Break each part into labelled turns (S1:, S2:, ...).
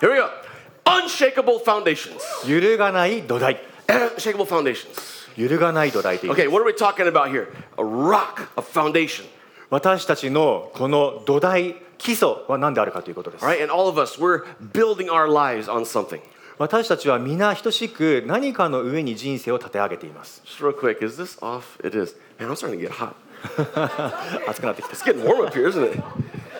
S1: Here we go. Unshakable foundations.
S2: 揺るがない土台
S1: Unshakable foundations.
S2: 揺るがない土台という、
S1: Okay, what are we talking about here? A rock, a foundation.
S2: 私たちのこの土台基礎は何であるかということです
S1: All right, and all of us, we're building our lives on something.
S2: 私たちは皆等しく何かの上に人生を立て上げています
S1: Just real quick, is this off? It is. Man, I'm starting to get hot.
S2: 暑くなってきた
S1: It's getting warm up here, isn't it?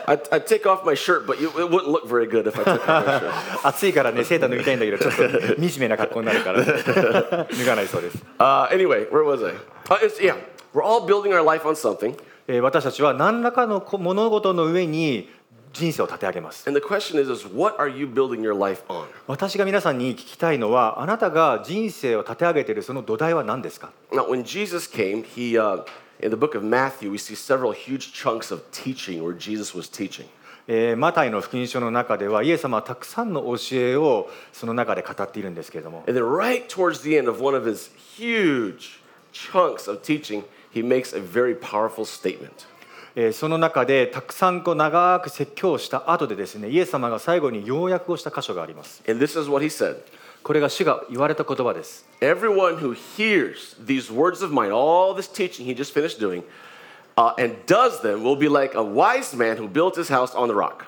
S1: I, I'd take off my shirt, but you, it wouldn't look very good if I took off my shirt.
S2: 暑いからねセーター脱ぎたいんだけどちょっと惨めな格好にな るから脱がないそうです、
S1: Uh, anyway, where was I? Uh, it's, yeah, we're all building our life on something,
S2: えー私たちは何らかのこ物事の上に人生を立て上げます
S1: and the question is, is what are you building your life on?
S2: 私が皆さんに聞きたいのはあなたが人生を立て上げているその土台は何ですか
S1: Now, when Jesus came, he uh, in the book of Matthew, we see several huge chunks of teaching where Jesus was teaching.
S2: えーマタイの福音書の中ではイエス様はたくさんの教えをその中で語っているんですけれども
S1: And then, right towards the end of one of his huge chunks of teaching, he makes a very powerful statement.
S2: えーその中でたくさんこう長く説教した後でですねイエス様が最後に要約をした箇所があります
S1: And this is what he said
S2: これが主が言われた言葉です
S1: Everyone who hears these words of mine, all this teaching he just finished doing, uh, and does them will be like a wise man who built his house on the rock.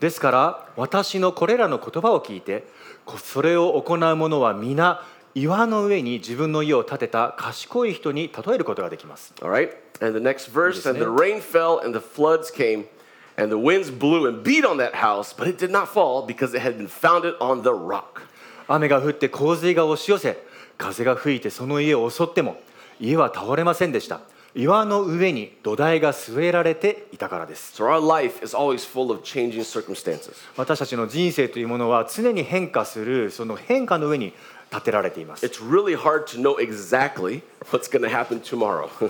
S2: ですから私のこれらの言葉を聞いてこそれを行う者は皆岩の上に自分の家を建てた賢い人に例えることができます
S1: All right? And the next verse, and the rain fell, and the floods came, and the winds blew and beat on that house, but it did not fall because it had been founded on the rock.
S2: 雨が降って洪水が押し寄せ風が吹いてその家を襲っても家は倒れませんでした岩の上に土台が据えられていたからです
S1: So our life is always full of changing circumstances.
S2: 私たちの人生というものは常に変化するその変化の上に立てられています
S1: It's really hard to know exactly what's going to happen tomorrow.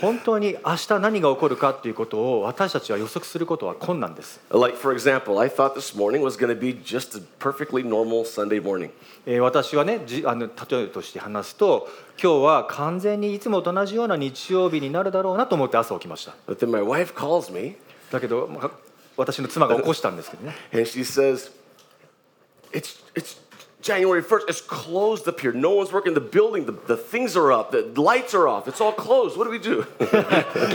S2: 本当に明日何が起こるかということを私たちは予測することは困難です
S1: like, for example, I thought this morning was going to be just a perfectly normal Sunday morning.
S2: えー私はねじあの例えとして話すと今日は完全にいつもと同じような日曜日になるだろうなと思って朝起きました
S1: But then my wife calls me
S2: だけどまあ私の妻が起こしたんですけどね
S1: and she says, It's, it's January 1st. It's closed up here. No one's working the building. The, the things are up. The lights are off. It's all closed. What do we do?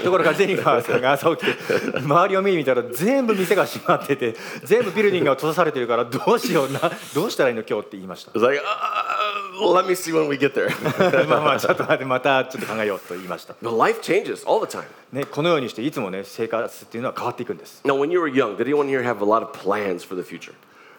S2: ところがジェニファーさんが朝起きて周りを見てみたら全部店が閉まってて全部ビルディングが閉ざされてるからどうしようなどうしたらいいの今日って言いました
S1: I was like, uh, Let me see when we get there.
S2: まあまあちょっと待ってまたちょっと考えようと言いました、
S1: but life changes all the time.
S2: ね、このようにしていつもね生活っていうのは変わっていくんです、
S1: Now, when you were young, did anyone here have a lot of plans for the future?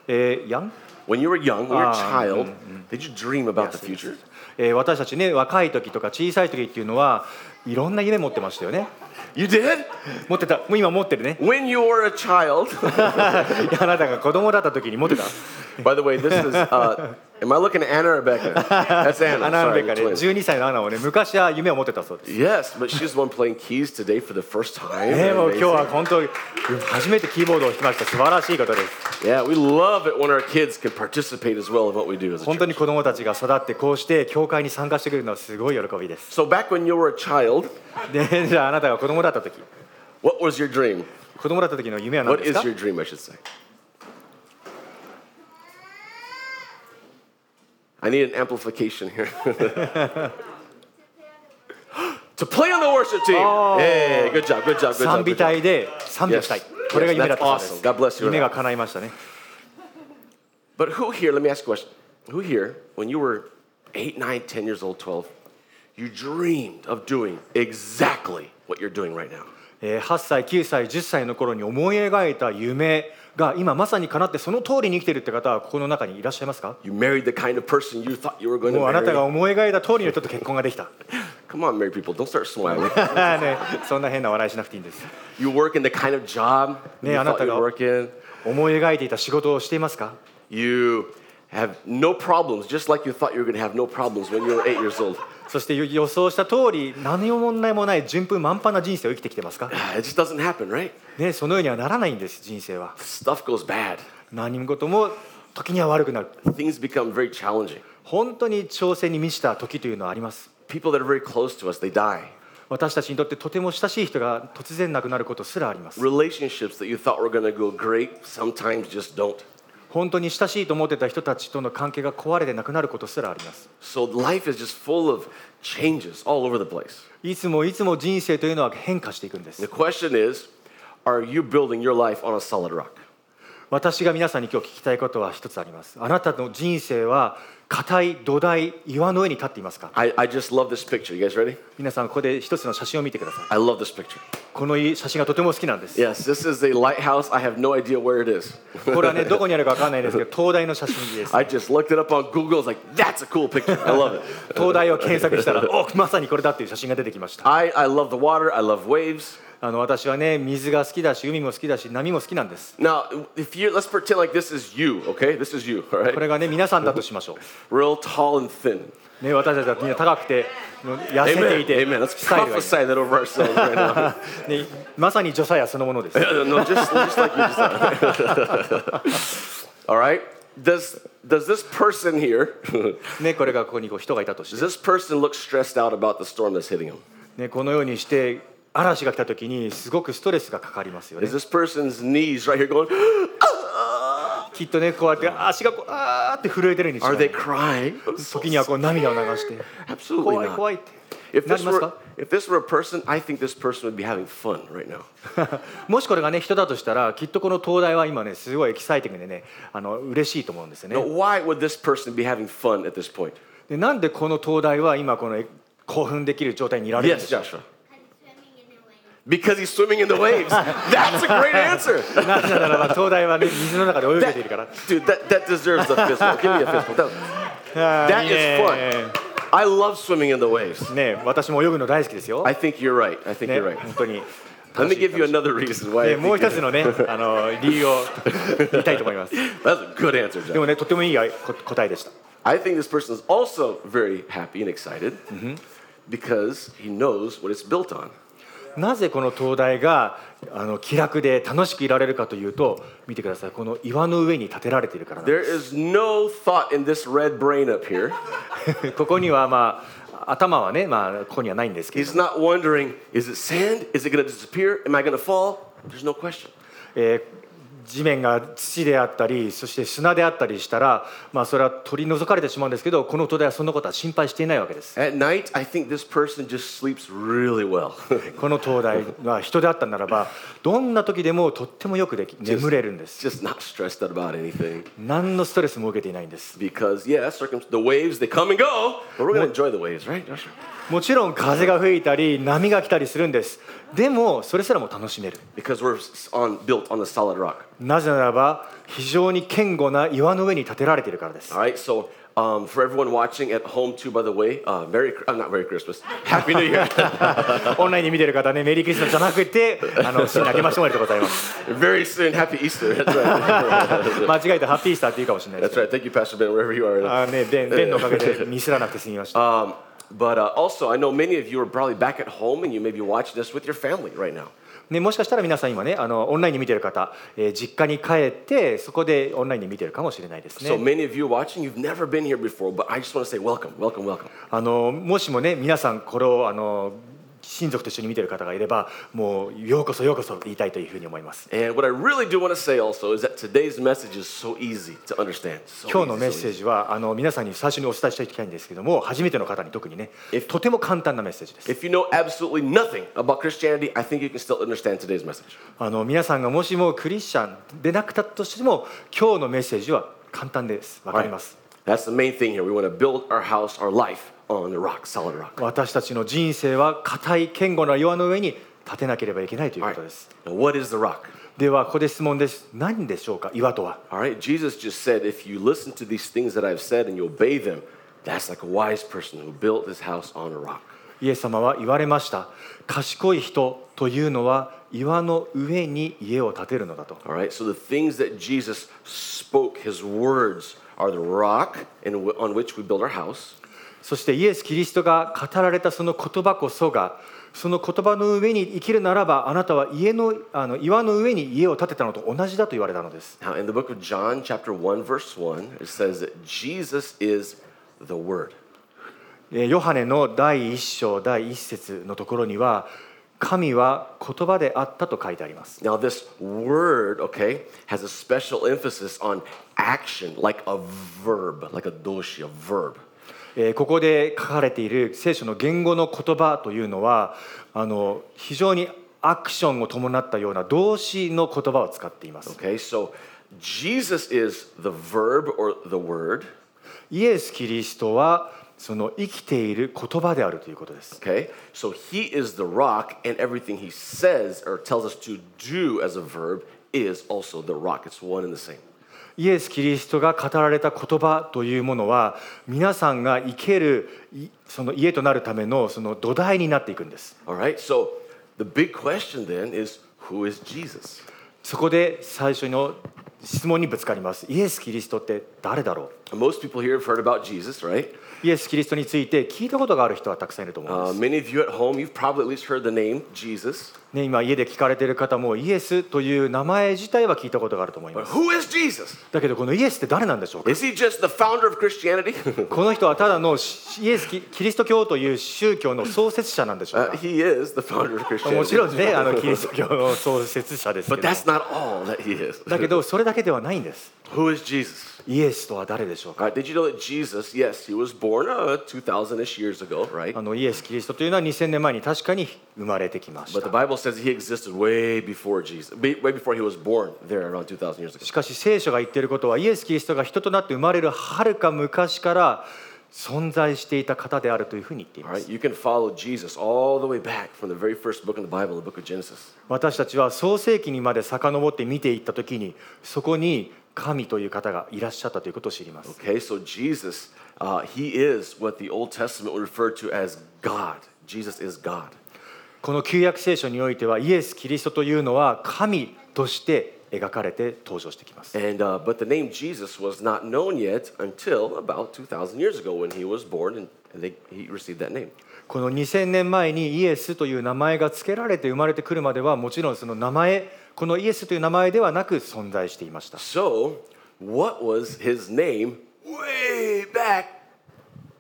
S2: えーやん
S1: When you were young, when you were a
S2: Ah,
S1: child, did you dream about the future?
S2: えー私たちね若い時とか小さい時っていうのはいろんな夢持ってましたよね
S1: You did?
S2: 持ってたもう今持ってるね
S1: When you were a child.
S2: いやあなたが子供だった時に持ってた
S1: By the way, this is. Uh, am I looking at Anna or Rebecca? That's Anna.
S2: アナの
S1: sorry,
S2: ベカ
S1: we're
S2: ね
S1: twins.
S2: 12歳のアナはね昔は夢を持ってたそうです
S1: Yes, but she's the one playing keys today for the first time.
S2: ねもう
S1: Amazing.
S2: 今日は本当に初めてキーボードを弾きました素晴らしいことです
S1: Yeah, we love it when our kids can participate as well in what we do as a
S2: 本当
S1: church.
S2: に子供たちが育ってこうして教会に参加してくれるのはすごい喜びです
S1: So back when you were a child,
S2: でじゃああなたが子供だった時
S1: what was your dream?
S2: 子供だった時の夢は何
S1: What
S2: です
S1: is
S2: か
S1: your dream, I should say? I need an amplification here. to play on the worship team. Hey, good job, good job, good
S2: 賛
S1: job.
S2: 美
S1: Good job.
S2: 隊で賛美をしたい
S1: Yes.
S2: これが夢だったそうで
S1: Yes, that's awesome. God bless
S2: す
S1: you.
S2: 夢が叶いましたね
S1: But who here, let me ask you a question. Who here, when you were 8, 9, 10 years old, 12, you dreamed of doing exactly what you're doing right now?
S2: えー8歳9歳10歳の頃に思い描いた夢が今まさに叶ってその通りに生きてるって方はここの中にいらっしゃいますか
S1: You married the kind of person you thought you were going
S2: もうあな
S1: to
S2: たが
S1: marry.
S2: 思い描いた通りの人と結婚ができた
S1: Come on, married people, don't start smiling.
S2: ねそんな変な笑いしなくていいんです
S1: you work in the kind of job
S2: Ne,
S1: you
S2: anata
S1: thought you
S2: ga-
S1: were working.
S2: 思い描いていた仕事をしていますか
S1: You have no problems, just like you thought you were going to have no problems when you were 8 years old.
S2: そして予想した通り何も問題もない順風満帆な人生を生きてきてますか、
S1: It just doesn't happen, right?
S2: ね、そのようにはならないんです人生は
S1: Stuff goes bad.
S2: 何事も時には悪くなる
S1: Things become very challenging.
S2: 本当に挑戦に満ちた時というのはあります
S1: People that are very close to us, they die.
S2: 私たちにとってとても親しい人が突然亡くなることすらあります
S1: relationships that you thought were going to go great sometimes just don't.
S2: 本当に親しいと思ってた人たちとの関係が壊れてなくなることすらあります
S1: So life is just full of changes all over the place.
S2: いつもいつも人生というのは変化していくんで
S1: The
S2: す
S1: question is, are you building your life on a solid rock?
S2: 私が皆さんに今日聞きたいことは一つありますあなたの人生は硬い土台岩の上に立っていますか
S1: I, I just love this picture. You guys ready?
S2: 皆さんここで一つの写真を見てください
S1: I love this picture.
S2: この写真がとても好きなんです
S1: Yes, this is a lighthouse. I have no idea where it is.
S2: これはねどこにあるかわかんないですけど東大の写真です
S1: I just looked it up on Google. I was like, that's a cool picture. I love it.
S2: 東大を検索 したらおまさにこれだっていう写真が出てきました
S1: I, I love the water. I love waves.
S2: あの私はね水が好きだし海も好きだし波も好きなんです
S1: Now, if you let's pretend like this is you, okay? This is you, all
S2: こ
S1: right?
S2: れがね皆さんだとしましょ
S1: Real tall and thin.
S2: う、ね、私たちはみんな高くて痩せて
S1: Amen.
S2: いて
S1: Amen. Let's
S2: スタイルがいい
S1: prophesy that over ourselves right now.
S2: ね、まさにジョサヤそのもので す
S1: no, just, just like you just said. all right. Does does this person here, does
S2: ねこれがここにこう人がいたとして、
S1: this person look stressed out about the storm that's hitting him?
S2: ね、このようにして嵐が来た時にすごくストレスがかかりますよね
S1: Is this person's knees right here going?
S2: きっとねこうやって足がこうあーって震えてるに違い
S1: Are
S2: な
S1: they
S2: い
S1: crying?
S2: 時にはこう涙を流して
S1: Absolutely
S2: 怖い
S1: not.
S2: 怖いって
S1: If
S2: なり
S1: this,
S2: ます
S1: were,
S2: か
S1: if this were a person, I think this person would be having fun right now.
S2: もしこれがね人だとしたらきっとこの灯台は今ねすごいエキサイティングでねあの嬉しいと思うんですよ
S1: But
S2: ね
S1: why would this person be having fun at this point?
S2: でなんでこの灯台は今この興奮できる状態にいられるんで
S1: Yes,
S2: しょう
S1: Joshua. Because he's swimming in the waves. That's a great answer.
S2: なぜならば灯台 はね水の中で泳げているから
S1: Dude, that, that deserves a fistful. Give me a fistful. That, that
S2: あーいい
S1: is
S2: ね
S1: fun. I love swimming in the waves.
S2: ね私も泳ぐの大好きですよ
S1: I think you're right. I think
S2: ね
S1: you're right.
S2: 本当に
S1: Let me give you another reason
S2: で
S1: why. I
S2: もう
S1: think
S2: 一
S1: you're-
S2: つのね あの理由を言いたいと思います
S1: That's a good answer,
S2: で
S1: Joshua.
S2: もねとてもいいこ答えでした
S1: I think this person is also very happy and excited because he knows what it's built on.
S2: なぜこの灯台があの気楽で楽しくいられるかというと見てくださいこの岩の上に建てられているからなんです
S1: There is no thought in this red brain up here.
S2: ここにはまあ頭はねまあここにはないんですけれど
S1: He's
S2: も、
S1: not wondering, is it sand? Is it going to disappear? Am I going to fall? There's no question.
S2: えー地面が土であったりそして砂であったりしたらまあそれは取り除かれてしまうんですけどこの灯台はそんなことは心配していないわけです
S1: At night, I think this person just sleeps really well.
S2: この灯台は人であったならばどんな時でもとってもよくでき眠れるんです
S1: just not stressed out about anything
S2: 何のストレスも受けていないんです
S1: because, yeah, circum- the waves, they come and go, but we're going to enjoy the waves, right? Joshua?
S2: もちろん風が吹いたり波が来たりするんですでもそれすらも楽しめる
S1: Because we're s- on, built on the solid rock.
S2: なぜならば非常に堅固な岩の上に建てられているからで す
S1: All right, so um, for everyone watching at home, too, by the way, uh, Merry, Chr- uh, not Merry Christmas, Happy New Year.
S2: オンラインで見てる方ねメリークリスマスじゃなく てあの新年明けましておめでとうございます
S1: Very soon, Happy Easter. That's right.
S2: 間違えてハッピーイースターって言うかもしれないです
S1: That's right. Thank you, Pastor Ben, wherever you are.
S2: あーねベンベンのおかげでミスらなくて済み ました
S1: Um, but uh, also, I know many of you are probably back at home and you may be watching this with your family right now.
S2: ねもしかしたら皆さん今ねあのオンラインで見てる方、えー実家に帰ってそこでオンラインで見てるかもしれないですね
S1: So many of you watching, you've never been here before, but I just want to say welcome, welcome, welcome.
S2: あのもしもね皆さんこれをあの親族と一緒に見てる方がいればもうようこそようこそ言いたいというふうに思います
S1: And what I really do want to say also is that today's message is so easy to understand. So
S2: 今日
S1: easy, so
S2: のメッセ
S1: easy.
S2: ージはあの皆さんに最初にお伝えしていきたいんですけども初めての方に特にね
S1: If-
S2: とても簡単なメッセージです
S1: If you know absolutely nothing about Christianity, I think you can still understand today's message.
S2: あの皆さんがもしもクリスチャンでなくたとしても今日のメッセージは簡単ですわかります
S1: That's the main thing here. We want to build our house, our life on the rock, solid rock.
S2: 私たちの人生は固い堅固な岩の上に立てなければいけないということです、
S1: Now, what is the rock?
S2: ではここで質問です何でしょうか岩とは
S1: All right, Jesus just said, if you listen to these things that I've said and you obey them, that's like a wise person who built this house on a rock.
S2: イエス様は言われました賢い人というのは岩の上に家を建てるのだと
S1: All right, so the things that Jesus spoke, his words, are the rock in, w- on which we build our house.
S2: そしてイエス・キリストが語られたその言葉こそがその言葉の上に生きるならばあなたは家のあの岩の上に家を建てたのと同じだと言われたのです
S1: Now, in the book of John, chapter 1, verse 1, it says that Jesus is the Word.
S2: えーヨハネの第一章第一節のところには神は言葉であったと書いてあります。
S1: Now, this word, okay, has a special emphasis on action, like a verb, like a doshi, a verb.
S2: えーここで書かれている聖書の言語の言葉というのはあの非常にアクションを伴ったような動詞の言葉を使っています。
S1: Okay, so Jesus is the verb or the word.
S2: イエス・キリストはその生きている言葉であるということです。
S1: Okay, so he is the rock, and everything he says or tells us to do as a verb is also the rock. It's one and the same.
S2: イエス・キリストが語られた言葉というものは皆さんが生けるいその家となるためのその土台になっていくんです。
S1: All right, so the big question then is who is Jesus?
S2: そこで最初の質問にぶつかります。イエス・キリストって誰だろ
S1: And Most people here have heard about Jesus, right?
S2: うイエス・キリストについて聞いたことがある人はたくさんいると思う
S1: Uh,。
S2: んです
S1: many of you at home, you've probably at least heard the name Jesus.
S2: ね、今家で聞かれてる方もイエスという名前自体は聞いたことがあると思いま
S1: But
S2: す
S1: who is Jesus?
S2: だけどこのイエスって誰なんでしょうか
S1: Is he just the founder of Christianity?
S2: この人はただのしイエスキキリスト教という宗教の創設者なんでしょう
S1: Uh,
S2: か
S1: he is the founder of
S2: もちろん
S1: Christianity.
S2: ねあのキリスト教の創設者ですけ
S1: But
S2: ど
S1: that's not all that he is.
S2: だけどそれだけではないんです
S1: Who is Jesus?
S2: イエスとは誰でしょうか
S1: All right, did you know that Jesus, yes, he was born uh, 2,000 ish years ago, right?
S2: あのイエス・キリストというのは2000年前に確かに生まれてきまし
S1: But the
S2: た
S1: Bible says he existed way before Jesus, be- way before he was born there around 2,000 years ago.
S2: しかし聖書が言っていることはイエス・キリストが人となって生まれるはるか昔から存在していた方であるというふうに言ってい
S1: All
S2: ます
S1: right, you can follow Jesus all the way back from the very first book in the Bible, the book of Genesis.
S2: 私たちは創世記にまで遡って見ていった時にそこに神という方がいらっしゃったということを知ります
S1: Okay, so Jesus, uh, he is what the Old Testament would refer to as God. Jesus is God.
S2: この旧約聖書においてはイエス・キリストというのは神として描かれて登場してきます
S1: And uh, but the name Jesus was not known yet until about 2,000 years ago when he was born and, and they, he received that name.
S2: この2000年前にイエスという名前が付けられて生まれてくるまではもちろんその名前このイエスという名前ではなく存在していました
S1: So, what was his name way back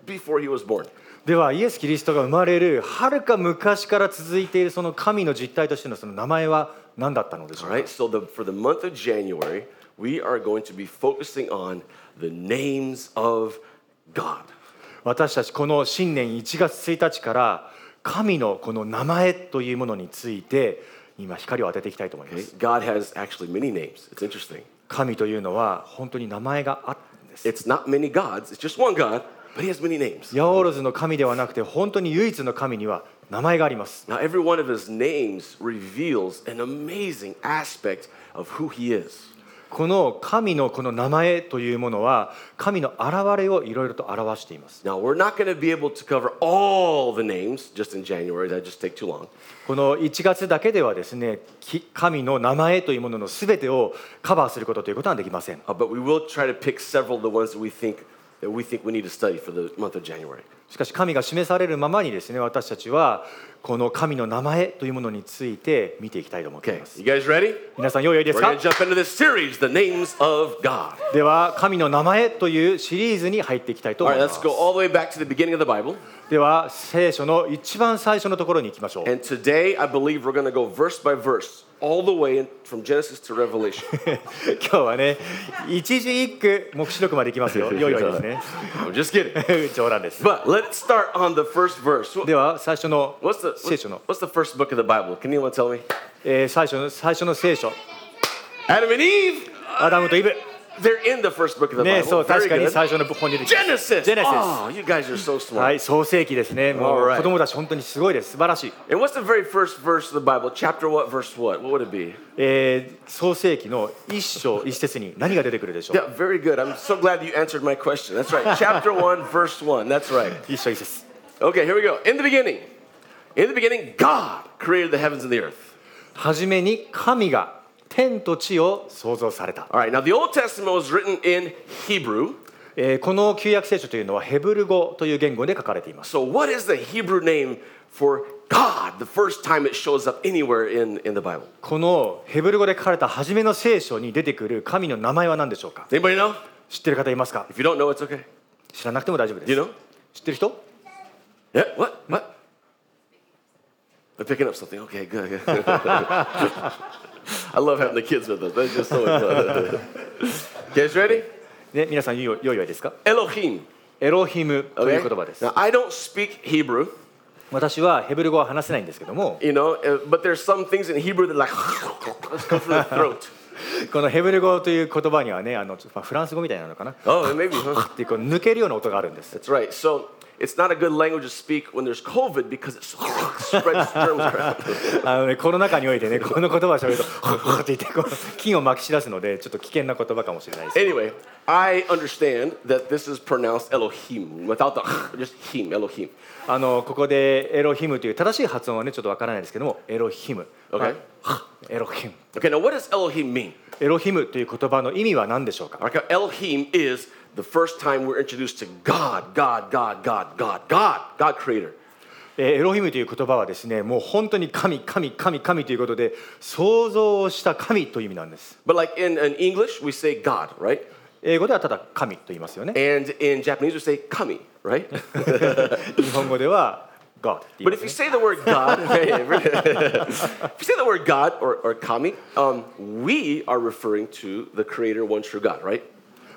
S1: before he was born?
S2: ではイエス・キリストが生まれるはるか昔から続いているその神の実態としてのその名前は何だったのでしょう
S1: All right.
S2: か
S1: So, the, for the month of January, we are going to be focusing on the names of God.
S2: 私たちこの新年1月1日から神のこの名前というものについて今光を当てていきたいと思いま
S1: Okay?
S2: す
S1: God has actually many names. It's interesting.
S2: 神というのは本当に名前があるんです
S1: It's not many gods. It's just one God, but He has many names.
S2: ヤオロズの神ではなくて本当に唯一の神には名前があります
S1: Now, every one of His names reveals an amazing aspect of who He is.
S2: この神のこの名前というものは神の現れをいろいろと表しています
S1: Now, we're not going to be able to cover all the names just in January. That'd just take too long.
S2: この1月だけではですねき神の名前というものの全てをカバーすることということはできません
S1: Uh, but we will try to pick several of the ones that we think that we think we need to study for the month of January.
S2: しかし神が示されるままにですね私たちはこの神の名前というものについて見ていきたいと思ってい
S1: Okay,
S2: ます、
S1: you guys ready?
S2: 皆さん用意いいです
S1: We're
S2: か
S1: gonna jump into this series, the names of God.
S2: では神の名前というシリーズに入っていきたいと
S1: All
S2: 思
S1: right,
S2: いま
S1: let's
S2: す
S1: go all the way back to the beginning of the Bible.
S2: では聖書の一番最初のところに行きましょう
S1: And today, I believe we're gonna go verse by verse, all the way in, from Genesis to Revelation.
S2: 今日はね一字一句黙示録まで行きま すよ 良い良いですね
S1: I'm just kidding.
S2: 冗談です
S1: But let's start on the first verse. Wh-
S2: では最初の
S1: What's the
S2: 聖書の、
S1: what's the first book of the Bible? Can anyone tell me?
S2: えー最初の最初の聖書
S1: Adam and Eve.
S2: アダムとイブ
S1: They're in the first book of the
S2: ね
S1: Bible.
S2: そう
S1: Very
S2: 確かに
S1: good.
S2: 最初の本に出てきます
S1: Genesis.
S2: Genesis
S1: Oh, you guys are so smart.
S2: はい創世記ですねも
S1: Alright.
S2: う子供たち本当にすごいです素晴らしい、
S1: And what's the very first verse of the Bible? Chapter what, verse what? What would it be?
S2: えー創世記の一章一節に何が出てくるでしょう
S1: Yeah, very good. I'm so glad you answered my question. That's right. Chapter 1, verse 1. That's right.
S2: 一章一節
S1: Okay, here we go. In the beginning, in the beginning, God created the heavens and the earth.
S2: 初めに神が天と地を創造された、
S1: All right, now the Old Testament was written in Hebrew.
S2: えーこの旧約聖書というのはヘブル語という言語で書かれています
S1: So, what is the Hebrew name for God the first time it shows up anywhere in, in the Bible?
S2: このヘブル語で書かれた初めの聖書に出てくる神の名前は何でしょうか
S1: Does anybody know?
S2: 知ってる方いますか
S1: If you don't know, it's okay.
S2: 知らなくても大丈夫で
S1: Do
S2: す
S1: you know?
S2: 知ってる人
S1: Yeah, what? What? They're picking up something. Okay, good. good. I love having the kids with us. That's just so fun. guys, ready?
S2: ね、皆さんよい良いわですか
S1: Elohim.
S2: エロヒムという言葉です、
S1: Now, I don't speak Hebrew,
S2: 私はヘブル語は話せないんですけども
S1: you know, uh, but there's some things in Hebrew that like let's go through the throat.
S2: このヘブル語という言葉にはねあの、ちょまあ、フランス語みたいなのかな
S1: Oh, maybe. Huh?
S2: っていうこう抜けるような音があるんです
S1: That's right. So it's not a good language to speak when there's COVID because it spreads germs around.
S2: あの、ね、コロナ禍においてねこの言葉をしゃべるとって言ってこう菌をまき散らすのでちょっと危険な言葉かもしれないです
S1: Anyway, I understand that this is pronounced Elohim without the just him, Elohim.
S2: あのここでエロヒムという正しい発音はねちょっとわからないですけどもエロヒム、
S1: Okay.
S2: あエロヒム
S1: Okay, now what does Elohim mean?
S2: エロヒムという言葉の意味は何でしょうか
S1: Okay, Elohim is the first time we're introduced to God, God, God, God, God, God, God creator.
S2: えーエロヒムという言葉はですねもう本当に神神神神ということで想像をした神という意味なんです
S1: But like in, in English, we say God, right?
S2: 英語ではただ神と言いますよね
S1: And in Japanese, we say kami, right?
S2: 日本語では God って言
S1: But
S2: いま
S1: if
S2: す
S1: you say
S2: ね
S1: the word God, if you say the word God or, or kami, um, we are referring to the creator, one true God, right?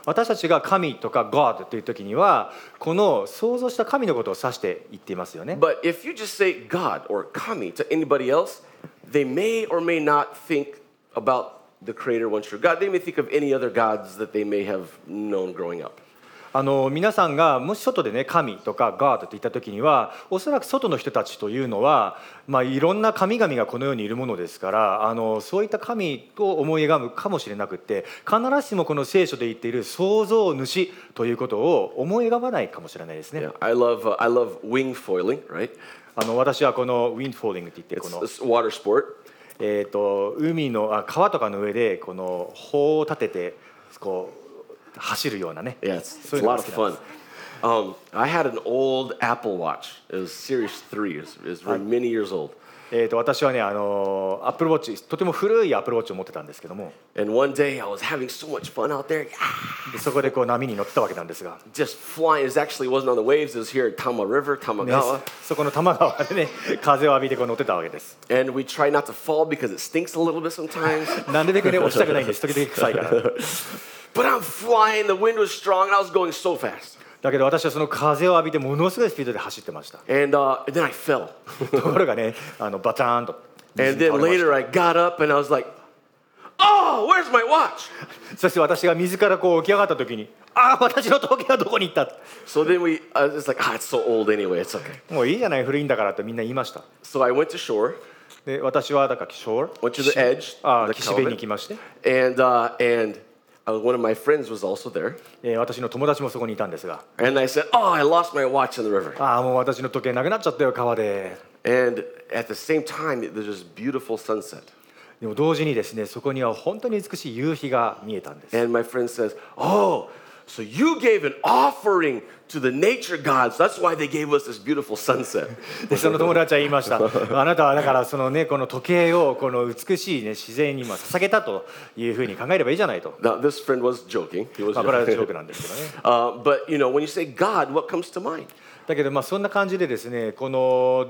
S2: 私たちが神とか God という時にはこの想像した神のことを指して言っていますよね
S1: But if you just say God or kami to anybody else, they may or may not think about the creator, one true God. They may think of any other gods that they may have known growing up.
S2: あの皆さんがもし外でね神とか God と言った時にはおそらく外の人たちというのは、まあ、いろんな神々がこの世にいるものですからあのそういった神を思い描くかもしれなくって必ずしもこの聖書で言っている創造主ということを思い描かないかもしれないですね。
S1: Yeah, I love uh, I love wing foiling, right?
S2: あの私はこのウィンドフォーリングといってこ
S1: It's,
S2: の、
S1: it's a water sport.
S2: えー、と海のあ川とかの上でこの砲を立ててこう走るようなね
S1: Yeah, it's, it's
S2: そうい
S1: a
S2: うの
S1: lot
S2: が
S1: of
S2: 好きなん
S1: fun.
S2: です
S1: Um, I had an old Apple Watch. It was Series Three. It was, it was many years old.
S2: えー、と私はねあのアップルウォッチとても古いアップルウォッチを持ってたんです けども
S1: And one day I was having so much fun out there, ah,
S2: でそこでこう波に乗ってたわけな んですが、
S1: just flying. It actually wasn't on the waves. It was here at Tama River,
S2: ね
S1: Tamagawa.
S2: そこの多摩 川でね風を浴びてこう乗ってたわけです
S1: And we try not to fall because it stinks a little bit sometimes.
S2: なるべ くね落ちたくないんです時々臭いから
S1: but I'm flying. The wind was strong, and I was going so fast.
S2: だけど私はその風を浴びてものすごいスピードで走ってました
S1: And, uh, and then I fell.
S2: ところがねあのバターンと
S1: And then
S2: 倒れました
S1: later I got up and I was like, oh, where's my watch?
S2: そして私が水からこう起き上がった時にああ私の時計はどこに行った
S1: So then we, I was just like, ah, it's so old anyway, it's okay.
S2: もういいじゃない古いんだからってみんな言いました
S1: So I went to shore,
S2: で私はだからショ
S1: went to the edge,
S2: あ
S1: the
S2: ー岸辺に行き
S1: covenant,
S2: まして、
S1: and, uh, and uh, one of my friends was also there.
S2: えー私の友達もそこにいたんですが
S1: And I said, oh, I lost my watch in the river.
S2: ああもう私の時計なくなっちゃったよ川で
S1: And at the same time, there's this beautiful sunset.
S2: でも同時にですねそこには本当に美しい夕日が見えたんです
S1: And my friend says, oh, so you gave an offering to the nature gods. That's why they gave us this beautiful sunset.
S2: でその友達は言いましたあなたはだからそのねこの時計をこの美しいね自然にまあ捧げたというふうに考えればいいじゃないと
S1: Now, this friend was joking. He was
S2: まあこれはジョー
S1: joking.
S2: クなんですけどね
S1: Uh, but, you know, when you say God, what comes to mind?
S2: だけどまあそんな感じでですねこの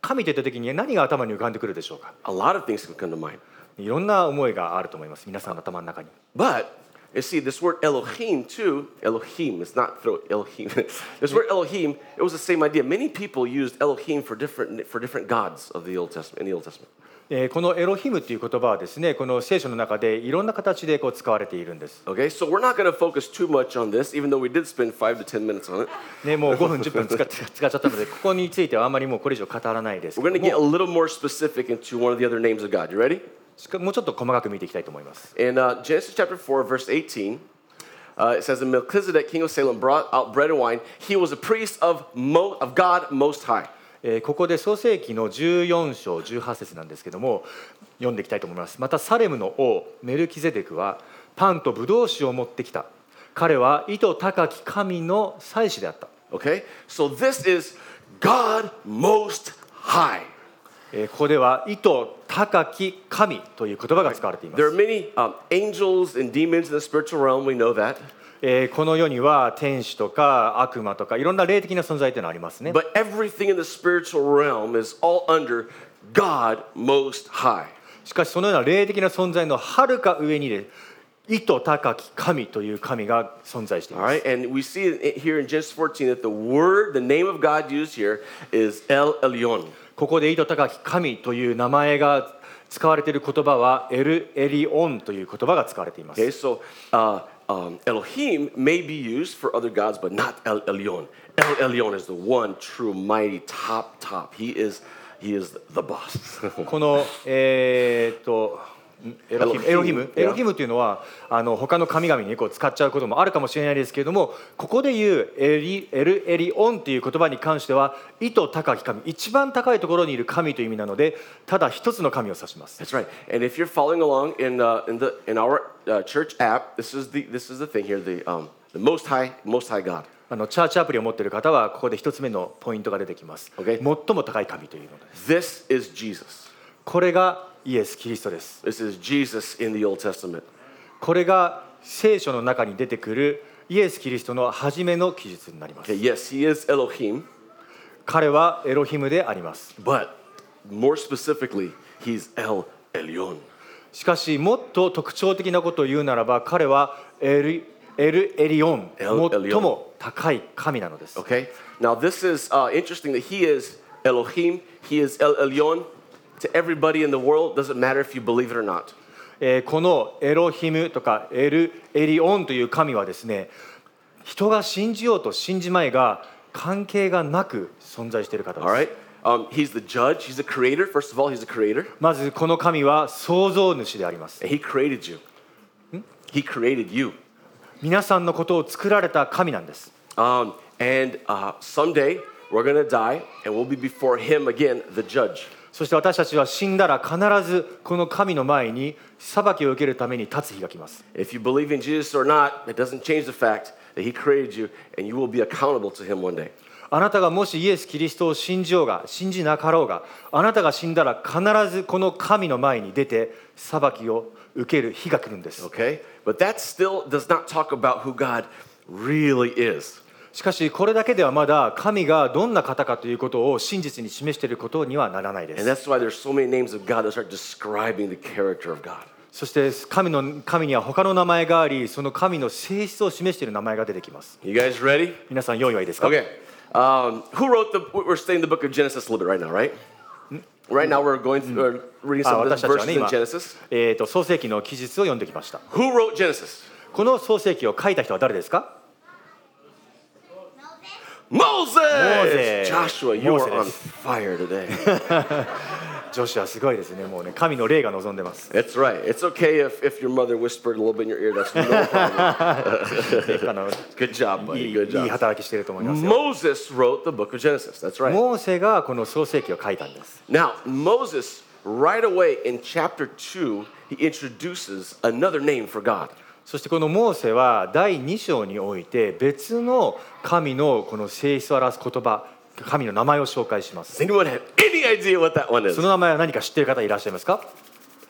S2: 神と言った時に何が頭に浮かんでくるでしょうか
S1: A lot of things can come to mind.
S2: いろんな思いがあると思います皆さんの頭の中に
S1: But you see, this word Elohim too, Elohim, it's not throat, Elohim. this word Elohim, it was the same idea. Many people used Elohim for different for different gods of the Old Testament in the Old Testament.
S2: えーこのエロヒムという言葉はですねこの聖書の中でいろんな形でこう使われているんです、
S1: Okay, so we're not gonna focus too much on this, even though we did spend five to ten minutes on it.
S2: ね、もう5分10分使っ 使っちゃったのでここについてはあんまりもうこれ以上語らないですけ
S1: We're
S2: ど
S1: gonna get a
S2: も
S1: little more specific into one of the other names of God. You ready?
S2: しかもうちょっと細かく見ていきたいと思います、
S1: In uh, Genesis chapter 4, verse 18, uh, it says, And Melchizedek, king of Salem, brought out bread and wine. He was a priest of, Mo- of God Most High.
S2: えーここで創世紀の14章18節なんですけども読んでいきたいと思いますまたサレムの王メルキゼデクはパンとブドウ酒を持ってきた彼は意図高き神の祭司であった、
S1: Okay? So this is God Most High.
S2: えーここでは意図高き神という言葉が使われています
S1: There are many um, angels and demons in the spiritual realm, we know that.
S2: えーこの世には天使とか悪魔とかいろんな霊的な存在というのはありますね。
S1: But everything in the spiritual realm is all under God Most High.
S2: しかしそのような霊的な存在のはるか上にで意図高き神という神が存在してい
S1: All
S2: ます
S1: right, and we see it here in Genesis 14 that the word, the name of God used here is El Elyon.
S2: ここで意図高き神という名前が使われている言葉はエル・エリオンという言葉が使われています
S1: Okay, so uh, um, Elohim may be used for other gods, but not El Elyon. El Elyon is the one true, mighty, top, top. He is, he is the boss.
S2: このえーっとんエロヒムエ
S1: エ
S2: ロ
S1: ロ
S2: ヒ
S1: ヒ
S2: ム
S1: ム
S2: エロヒムというのはあの他の神々にこう使っちゃうこともあるかもしれないですけれどもここで言うエリエルエリオンという言葉に関しては意図高き神一番高いところにいる神という意味なのでただ一つの神を指します
S1: That's right. And if you're following along in uh, in the in our uh, church app, this is the this is the thing here the um, the Most High Most High God.
S2: あのチャーチアプリを持っている方はここで一つ目のポイントが出てきます
S1: Okay.
S2: 最も高い神というのです
S1: This is Jesus.
S2: これがイエス・キリストです
S1: This is Jesus in the Old Testament.
S2: これが聖書の中に出てくるイエス・キリストの初めの記述になります
S1: Okay, yes, he is Elohim,
S2: 彼はエロヒムであります
S1: but more specifically, he's El Elyon.
S2: しかしもっと特徴的なことを言うならば彼はエル・エルエリオン
S1: エルエリオン
S2: 最も高い神なのです
S1: Okay. Now this is uh, interesting that he is Elohim. He is El Elyon. To everybody in the world, doesn't matter if you believe it or not.
S2: えーこのエロヒムとかエル・エリオンという神はですね人が信じようと信じまいが関係がなく存在している方です
S1: All right. Um, he's the judge. He's the creator. First of all, he's the creator.
S2: まずこの神は創造主であります
S1: And he created you. He created you.
S2: 皆さんのことを作られた神なんです
S1: Um, and uh, someday we're going to die and we'll be before him again, the judge.
S2: そして私たちは死んだら必ずこの神の前に裁きを受けるために立つ日が来ます
S1: If you believe in Jesus or not, it doesn't change the fact that he created you and you will be accountable to him one day.
S2: あなたがもしイエス・キリストを信じようが信じなかろうがあなたが死んだら必ずこの神の前に出て裁きを受ける日が来るんです
S1: Okay? But that still does not talk about who God really is.
S2: しかしこれだけではまだ神がどんな方かということを真実に示していることにはならないで
S1: And that's
S2: す
S1: why there's so many names of God that start describing the character of God.
S2: そして神の神には他の名前がありその神の性質を示している名前が出てきます
S1: You guys ready?
S2: 皆さん用意はいいですか
S1: Okay. Um, who wrote the? We're staying in the book of Genesis a little bit right now, right? Right now we're going through, we're reading
S2: あ
S1: some of the
S2: 私たちは
S1: verses
S2: ね
S1: in
S2: 今、え
S1: Genesis.
S2: ー、と創世記の記述を読んできました
S1: Who wrote Genesis?
S2: この創世記を書いた人は誰ですか
S1: Moses.
S2: Moses.
S1: Joshua, you are on
S2: Moses.
S1: fire today.
S2: 女子はすごいですねもうね神の霊が望んでます
S1: That's right. It's okay if, if your mother whispered a little bit in your ear. That's no problem.
S2: あの
S1: Good job, buddy.
S2: いい
S1: Good
S2: いい
S1: job.
S2: 働きしていると思いますよ
S1: Moses wrote the book of Genesis. That's right.
S2: モーセがこの創世記を書いたんです
S1: Now Moses, right away in chapter two, he introduces another name for God.
S2: そしてこのモーセは第2章において別の神のこの性質を表す言葉神の名前を紹介します
S1: Does anyone have any idea what that one is?
S2: その名前は何か知ってる方いらっしゃいますか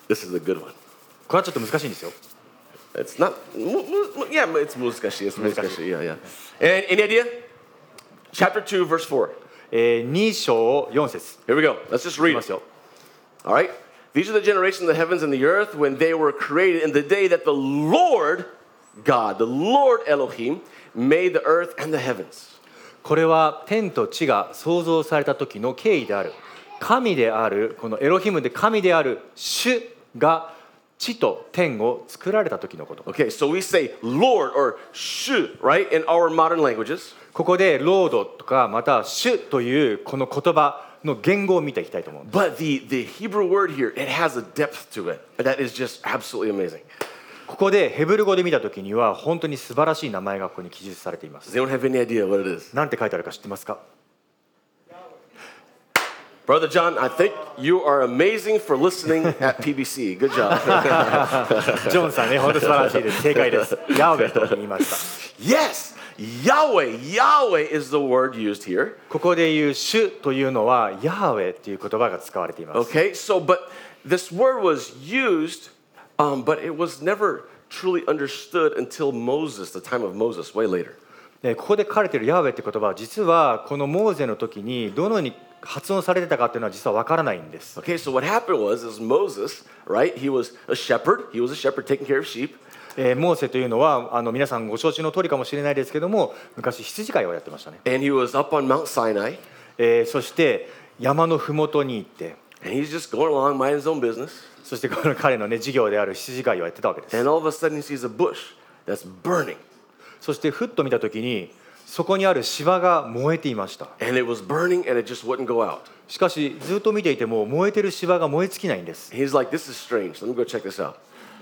S1: This is a good one.
S2: これはちょっと難しいんですよ
S1: It's not. mu- mu- mu- Yeah, it's muzukashi. It's
S2: Muzukashi.
S1: muzukashi. Yeah, yeah. And any idea? Chapter two, verse four.
S2: えー2章4節
S1: Here we go. Let's just
S2: いき
S1: read
S2: ます
S1: it.
S2: よ
S1: All right. These are the generations of the heavens and the earth when they were created in the day that the Lord God, the Lord Elohim, made the earth and the heavens.
S2: これは天と地が創造された時の経緯である神であるこのエロヒムで神である主が地と天を作られた時のこと
S1: Okay, so we say Lord or Shu, right, in our modern languages.
S2: ここで「ロード」とかまた「主」というこの言葉の言語を見ていきたいと思う
S1: But the, the Hebrew word here, it has a depth to it that is just absolutely amazing.
S2: ここでヘブル語で見た時には本当に素晴らしい名前がここに記述されていま
S1: Does
S2: す
S1: anyone have any idea what it is?
S2: なんて書いてあるか知ってますか
S1: Brother John, I think you are amazing for listening at PBC. Good job.
S2: ジョンさんね本当素晴らしいです正解ですヤウェと言いました
S1: yes, Yahweh. Yahweh is the word used here.
S2: ここで言う「主」というのはヤーウェという言葉が使われています
S1: Okay, so, but this word was used, um, but it was never truly understood until Moses, the time of Moses, way later.
S2: でここで書かれているヤーウェって言葉は実はこのモーゼの時にどのように発音されてたかっていうのは実はわからないんです。
S1: Okay, so what happened was is Moses, right? He was a shepherd. He was a shepherd taking care of sheep.
S2: えーモーセというのはあの皆さんご承知の通りかもしれないですけども昔羊飼いをやってましたね、
S1: And he was up on Mount Sinai.
S2: えーそして山の麓に行って
S1: And he's just going along, minding his own business.
S2: そしてこの彼のね事業である羊飼いをやってたわけです
S1: And all of a sudden, he sees a bush that's burning.
S2: そしてふっと見た時にそこにある芝が燃えていました
S1: And it was burning and it just wouldn't go out.
S2: しかしずっと見ていても燃えてる芝が燃え尽きないんです
S1: He's like, this is strange. Let me go check this out.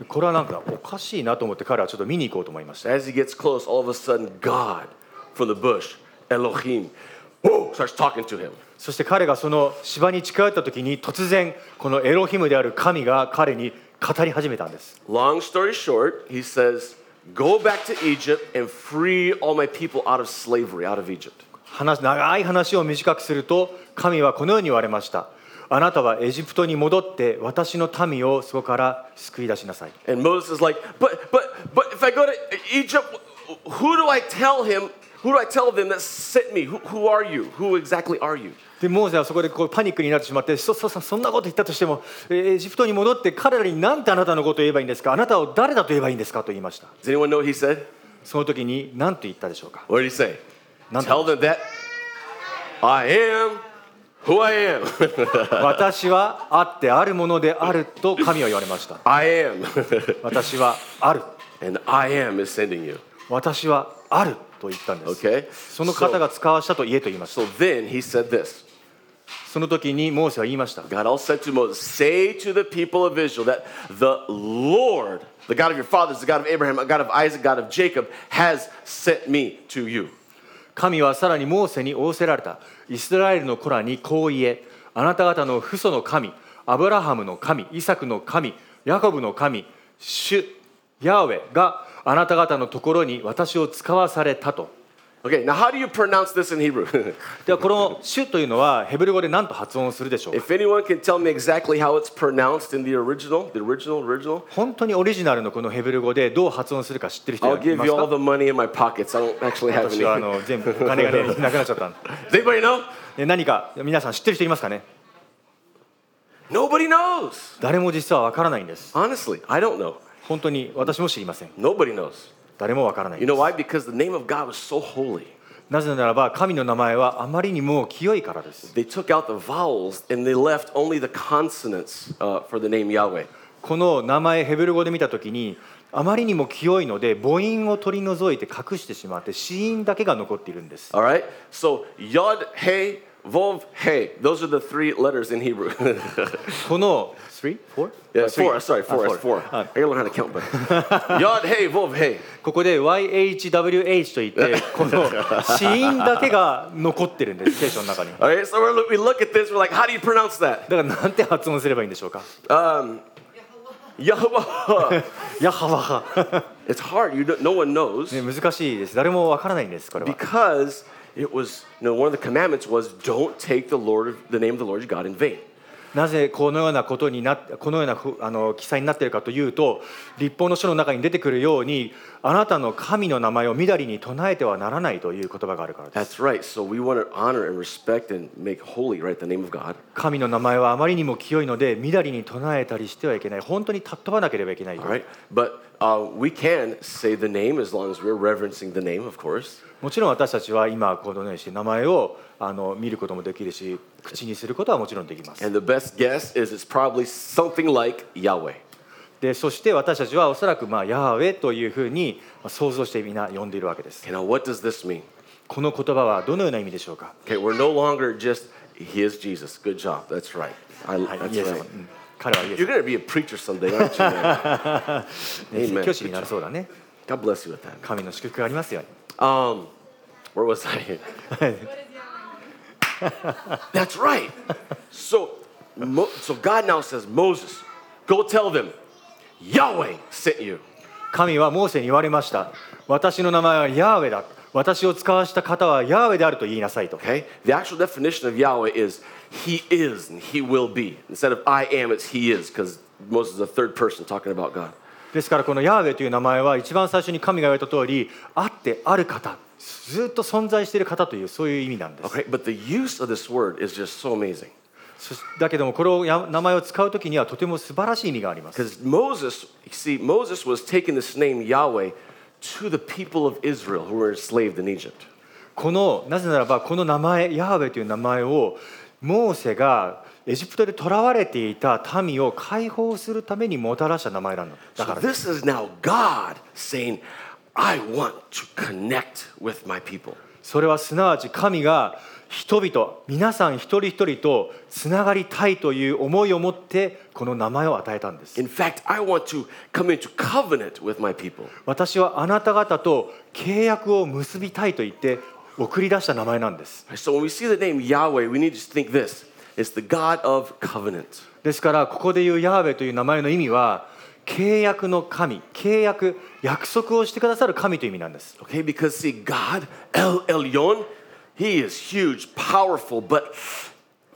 S2: これはなんかおかしいなと思って彼はちょっと見に行こうと思いました
S1: As he gets close, all of a sudden, God from the bush, Elohim, whoa, starts talking to him.
S2: そして彼がその芝に近寄った時に突然このエロヒムである神が彼に語り始めたんです
S1: Long story short, he says, Go back to Egypt and free all my people out of slavery, out of Egypt.
S2: 話長い話を短くすると神はこのように言われましたあなたはエジプトに戻って私の民をそこから救い出しなさい
S1: And Moses is like, But, but, but if I go to Egypt, who do I tell him? Who do I tell them that sent me? Who, who are you? Who exactly are you?
S2: でモーゼはそこでこうパニックになってしまってそそそそんなこと言ったとしてもえーエジプトに戻って彼らに何てあなたのことを言えばいいんですかあなたを誰だと言えばいいんですかと言いました
S1: Does anyone know what he said?
S2: その時に何と言ったでしょうか
S1: What did he say?
S2: Nothing.
S1: Tell them that I am who I am.
S2: 私はあってあるものであると神は言われました
S1: I am.
S2: 私はある
S1: and I am is sending you.
S2: 私はあると言ったんです、
S1: Okay?
S2: その方
S1: So-
S2: が使わしたと言えと言いました
S1: so then he said this.
S2: その時にモーセは言いました
S1: God also said to Moses, Say to the people of Israel that the Lord, the God of your fathers, the God of Abraham, the God of Isaac, God of Jacob, has sent me to you.
S2: 神はさらにモーセに仰せられたイスラエルの子らにこう言えあなた方の父祖の神アブラハムの神イサクの神ヤコブの神主ヤーウェがあなた方のところに私を使わされたと
S1: Okay, now how do you pronounce this in Hebrew?
S2: ではこの「主」というのはヘブル語で何と発音するでしょうか
S1: if anyone can tell me exactly how it's pronounced in the original, the original, original,
S2: 本当にオリジナルのこのヘブル語でどう発音するか知ってる人
S1: I'll
S2: はい
S1: give
S2: ま
S1: you
S2: す
S1: all
S2: か
S1: the money in my pockets. I don't actually have
S2: 私はあ
S1: any.
S2: の全部お金がねなくなっちゃ ったんで
S1: Does anybody know?
S2: で何か皆さん知ってる人いますかね
S1: Nobody knows.
S2: 誰も実はわからないんです
S1: Honestly, I don't know.
S2: 本当に私も知りません
S1: Nobody knows.
S2: 誰もわからない
S1: You know why? Because the name of God was so holy.
S2: なぜならば神の名前はあまりにも清いからです
S1: They took out the vowels and they left only the consonants uh, for the name Yahweh.
S2: この名前ヘブル語で見た時にあまりにも清いので母音を取り除いて隠してしまって子音だけが残っているんです
S1: All right? So Yod, He, Vov, He. Those are the three letters in Hebrew.
S2: この three? Four?
S1: yeah,
S2: あ three.
S1: four. Sorry, four.
S2: あ
S1: It's four.
S2: あ
S1: I gotta learn how to count better. Yod, He, Vov, He.
S2: ここで YHWH と言って この子音だけが残ってるんです聖書の中に
S1: All right? So we're, we look at this, we're like, how do you pronounce that?
S2: だからなんて発音すればいいんでしょうか
S1: Um, Yahweh.
S2: ヤハワハ
S1: it's hard. You don't, no one knows
S2: ね難しいです誰もわからないんですこれは
S1: because it was, you know, one of the commandments was don't take the Lord, of- the name of the Lord your God in vain.
S2: なぜこのようなことになこのようなふあの記載になっているかというと立法の書の中に出てくるようにあなたの神の名前をみだりに唱えてはならないという言葉があるからです
S1: That's right. So we want to honor and respect and make holy, right, the name of God.
S2: 神の名前はあまりにも清いのでみだりに唱えたりしてはいけない本当に尊ばなければいけない
S1: All right. But uh, we can say the name as long as we're reverencing the name, of course.
S2: もちろん私たちは今このようにして名前をあの見ることもできるし口にすることはもちろんできます
S1: And the best guess is it's probably something like Yahweh.
S2: でそして私たちはおそらくまあヤーウェというふうにまあ想像してみんな呼んでいるわけです
S1: Okay, now what does this mean?
S2: この言葉はどのような意味でしょうか
S1: Okay, we're no longer just He is Jesus. Good job. That's right. I,
S2: はい、
S1: that's
S2: イエス様、
S1: right.
S2: うん彼はイエス
S1: You're gonna be a preacher someday, aren't you? man?
S2: ね
S1: Amen.
S2: 説教師になりそうだね
S1: God bless you with that.
S2: 神の祝福がありますように
S1: Um, where was I? That's right. So, Mo- so God now says, Moses, go tell them, Yahweh sent you.
S2: 神はモーセに言われました私の名前はヤーウェだ私を使わした方はヤーウェであると言いなさいと
S1: Okay. The actual definition of Yahweh is He is and He will be. Instead of I am, it's He is because Moses is the third person talking about God.
S2: ですからこのヤーウェという名前は一番最初に神が言われた通りあってある方ずっと存在している方というそういう意味なんです
S1: Okay, but the use of this word is just so amazing.
S2: そしだけどもこれをや名前を使う時にはとても素晴らしい意味があります
S1: Because Moses, you see, Moses was taking this name Yahweh to the people of Israel who were enslaved in Egypt.
S2: このなぜならばこの名前ヤハウェという名前をモーセがエジプトで囚われていた民を解放するためにもたらした名前なんだだ
S1: So
S2: から
S1: this is now God saying, I want to connect with my people.
S2: それはすなわち神が人々皆さん一人一人とつながりたいという思いを持ってこの名前を与えたんです
S1: In fact, I want to come into covenant with my people.
S2: 私はあなた方と契約を結びたいと言って送り出した名前なんです
S1: So when we see the name Yahweh, we need to think this it's the God of covenant.
S2: ですからここで言うヤーベという名前の意味は契約の神契約約束をしてくださる神という意味なんです
S1: Okay, because see, God, El Elyon, he is huge, powerful, but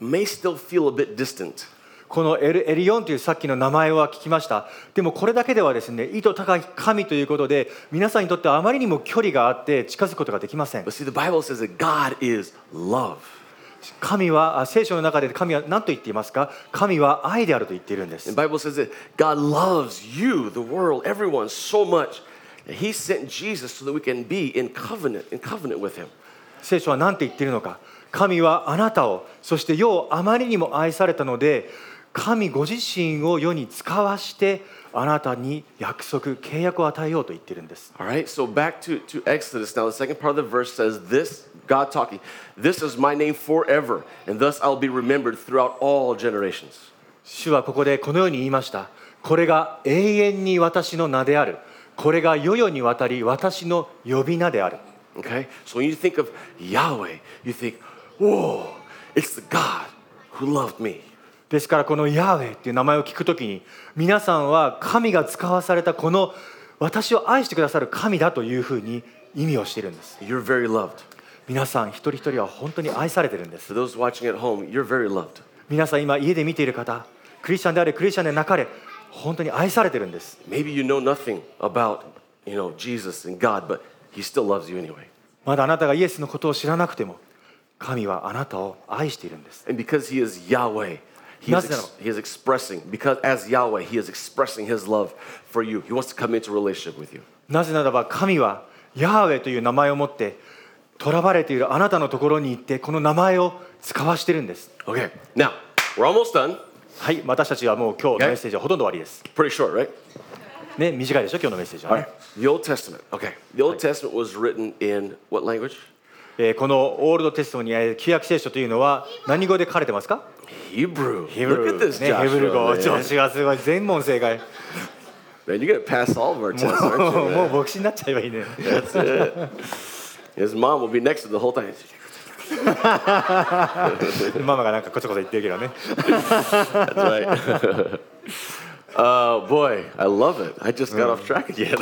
S1: may still feel a bit distant.
S2: このエルエリオンというさっきの名前は聞きましたでもこれだけではですね意図高い神ということで皆さんにとってはあまりにも距離があって近づくことができません
S1: But see, the Bible says that God is love.
S2: 神はあ聖書の中で神は何と言っていますか神は愛であると言っているんで
S1: The
S2: す
S1: Bible says that God loves you, the world, everyone so much. that He sent Jesus so that we can be in covenant, in covenant with him.
S2: 聖書は何て言っているのか神はあなたをそして世をあまりにも愛されたので神ご自身を世に使わしてあなたに約束契約を与えようと言っているんです
S1: All right, so back to, to Exodus. Now, the second part of the verse says, This, God talking, this is my name forever, and thus I'll be remembered throughout all generations.
S2: 主はここでこのように言いましたこれが永遠に私の名であるこれが世々にわたり私の呼び名である
S1: Okay? So when you think of Yahweh, you think, Whoa, it's the God who loved me.
S2: ですからこのヤーウェイっていう名前を聞くときに皆さんは神が使わされたこの私を愛してくださる神だというふうに意味をしているんです
S1: You're very loved.
S2: 皆さん一人一人は本当に愛されてるんです
S1: For those watching at home, you're very loved.
S2: 皆さん今家で見ている方クリスチャンであれクリスチャンでなかれ本当に愛されてるんです
S1: Maybe you know nothing about, you know, Jesus and God, but he still loves you anyway.
S2: まだあなたがイエスのことを知らなくても神はあなたを愛しているんです
S1: And because he is Yahweh, he is, ex-
S2: Nazdaro.
S1: he is expressing, because as Yahweh, he is expressing his love for you. He wants to come into relationship with you.
S2: なぜならば神はヤーウェイという名前を持って囚われているあなたのところに行ってこの名前を使わしてるんです
S1: Okay, now, we're almost done.
S2: はい私たちはもう今日のメッセージはほとんど終わりです
S1: Pretty short, right?
S2: ね短いでしょ今日のメッセージは
S1: All
S2: ね、
S1: right. The Old Testament. Okay. The Old Testament was written in what language?
S2: えーこのオールドテストにある旧約聖書というのは何語で書かれてますか
S1: Hebrew. Look at this,
S2: ね、ヘブル語
S1: Joshua.
S2: 調
S1: Man.
S2: 子がすごい全問正 解
S1: man, you're gonna pass all of our tests,
S2: も
S1: aren't
S2: う
S1: you?
S2: も
S1: man?
S2: う牧師になっちゃえばいい ね
S1: That's it. His mom will be next to the whole time.
S2: ママがなんかこちょこちょ言ってるけどね
S1: That's right. Oh boy, I love it. I just got off track again.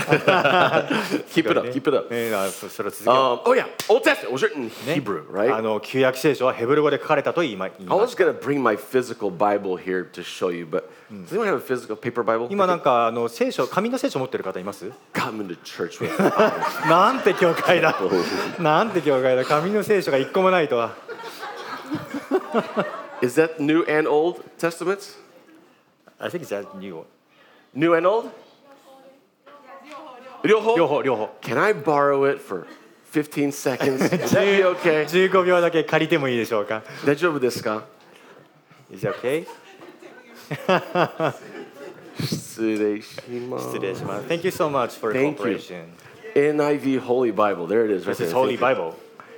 S1: keep it up,
S2: ね
S1: keep it up.
S2: ねあそそれを続けよ
S1: Um, oh yeah, Old Testament was written in
S2: うね
S1: Hebrew,
S2: あ
S1: right?
S2: の旧約聖書はヘブル語で書かれたと言いま言い
S1: I
S2: ます
S1: was gonna bring my physical Bible here to show you, but does anyone have a physical paper Bible?
S2: 今なんかあの聖書紙の聖書持ってる方います
S1: coming to church with.
S2: なんて教会 だなんて教会だ紙の聖書が一個もないとは
S1: Is that New and Old Testaments?
S2: I think it's a new one
S1: New and old? 両方
S2: 両方両方
S1: Can I borrow it for 15 seconds? Is that be okay?
S2: 15秒だけ借りてもいいでしょうか
S1: 大丈夫ですか
S2: Is it okay?
S1: 失礼しま
S2: 失
S1: す。
S2: 礼します Thank you so much for
S1: Thank you.
S2: cooperation
S1: NIV Holy Bible. There it is. Right
S2: This
S1: there.
S2: is Holy Bible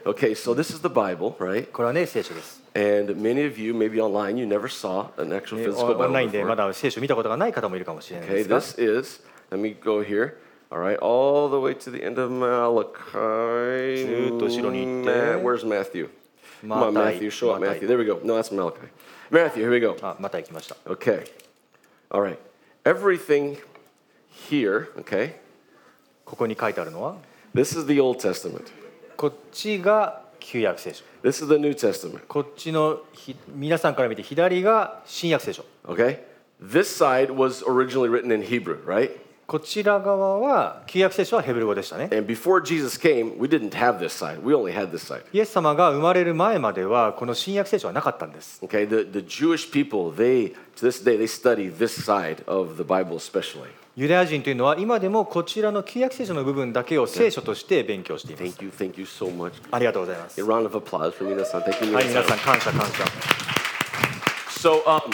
S1: Okay, so this is the Bible, right?
S2: これはね聖書です
S1: And many of you, maybe online, you never saw an actual
S2: で
S1: physical
S2: オン
S1: Bible.
S2: オンラインでま
S1: before.
S2: だ聖書見たことがない方もいるかもしれない
S1: Okay,
S2: ですが
S1: this is, let me go here. All right, all the way to the end of Malachi.
S2: ずーっと後ろに行って。
S1: Ma- Where's Matthew? Come on,
S2: マタイ。
S1: Matthew, show up,
S2: マタイ。
S1: Matthew. There we go. No, that's Malachi. Matthew, here we go.
S2: あまた行きました
S1: Okay. All right. Everything here, okay,
S2: ここに書いてあるのは
S1: this is the Old Testament.
S2: こっちが旧約聖書
S1: This is the New Testament,
S2: こっちのひ皆さんから見て左が新約聖書
S1: okay? This side was originally written in Hebrew, right?
S2: こちら側は旧約聖書はヘブル語でしたね
S1: And before Jesus came, we didn't have this side. We only had this side.
S2: イエス様が生まれる前まではこの新約聖書はなかったんです
S1: Okay, the, the Jewish people, they, to this day, they study this side of the Bible especially.
S2: ユダヤ人というのは今でもこちらの旧約聖書の部分だけを聖書として勉強しています
S1: Thank you, thank you so much.
S2: ありがとうございます
S1: A
S2: は
S1: round of applause for Mina-san. Thank you,
S2: い皆
S1: Mina-san.
S2: さん感謝感謝
S1: So, um,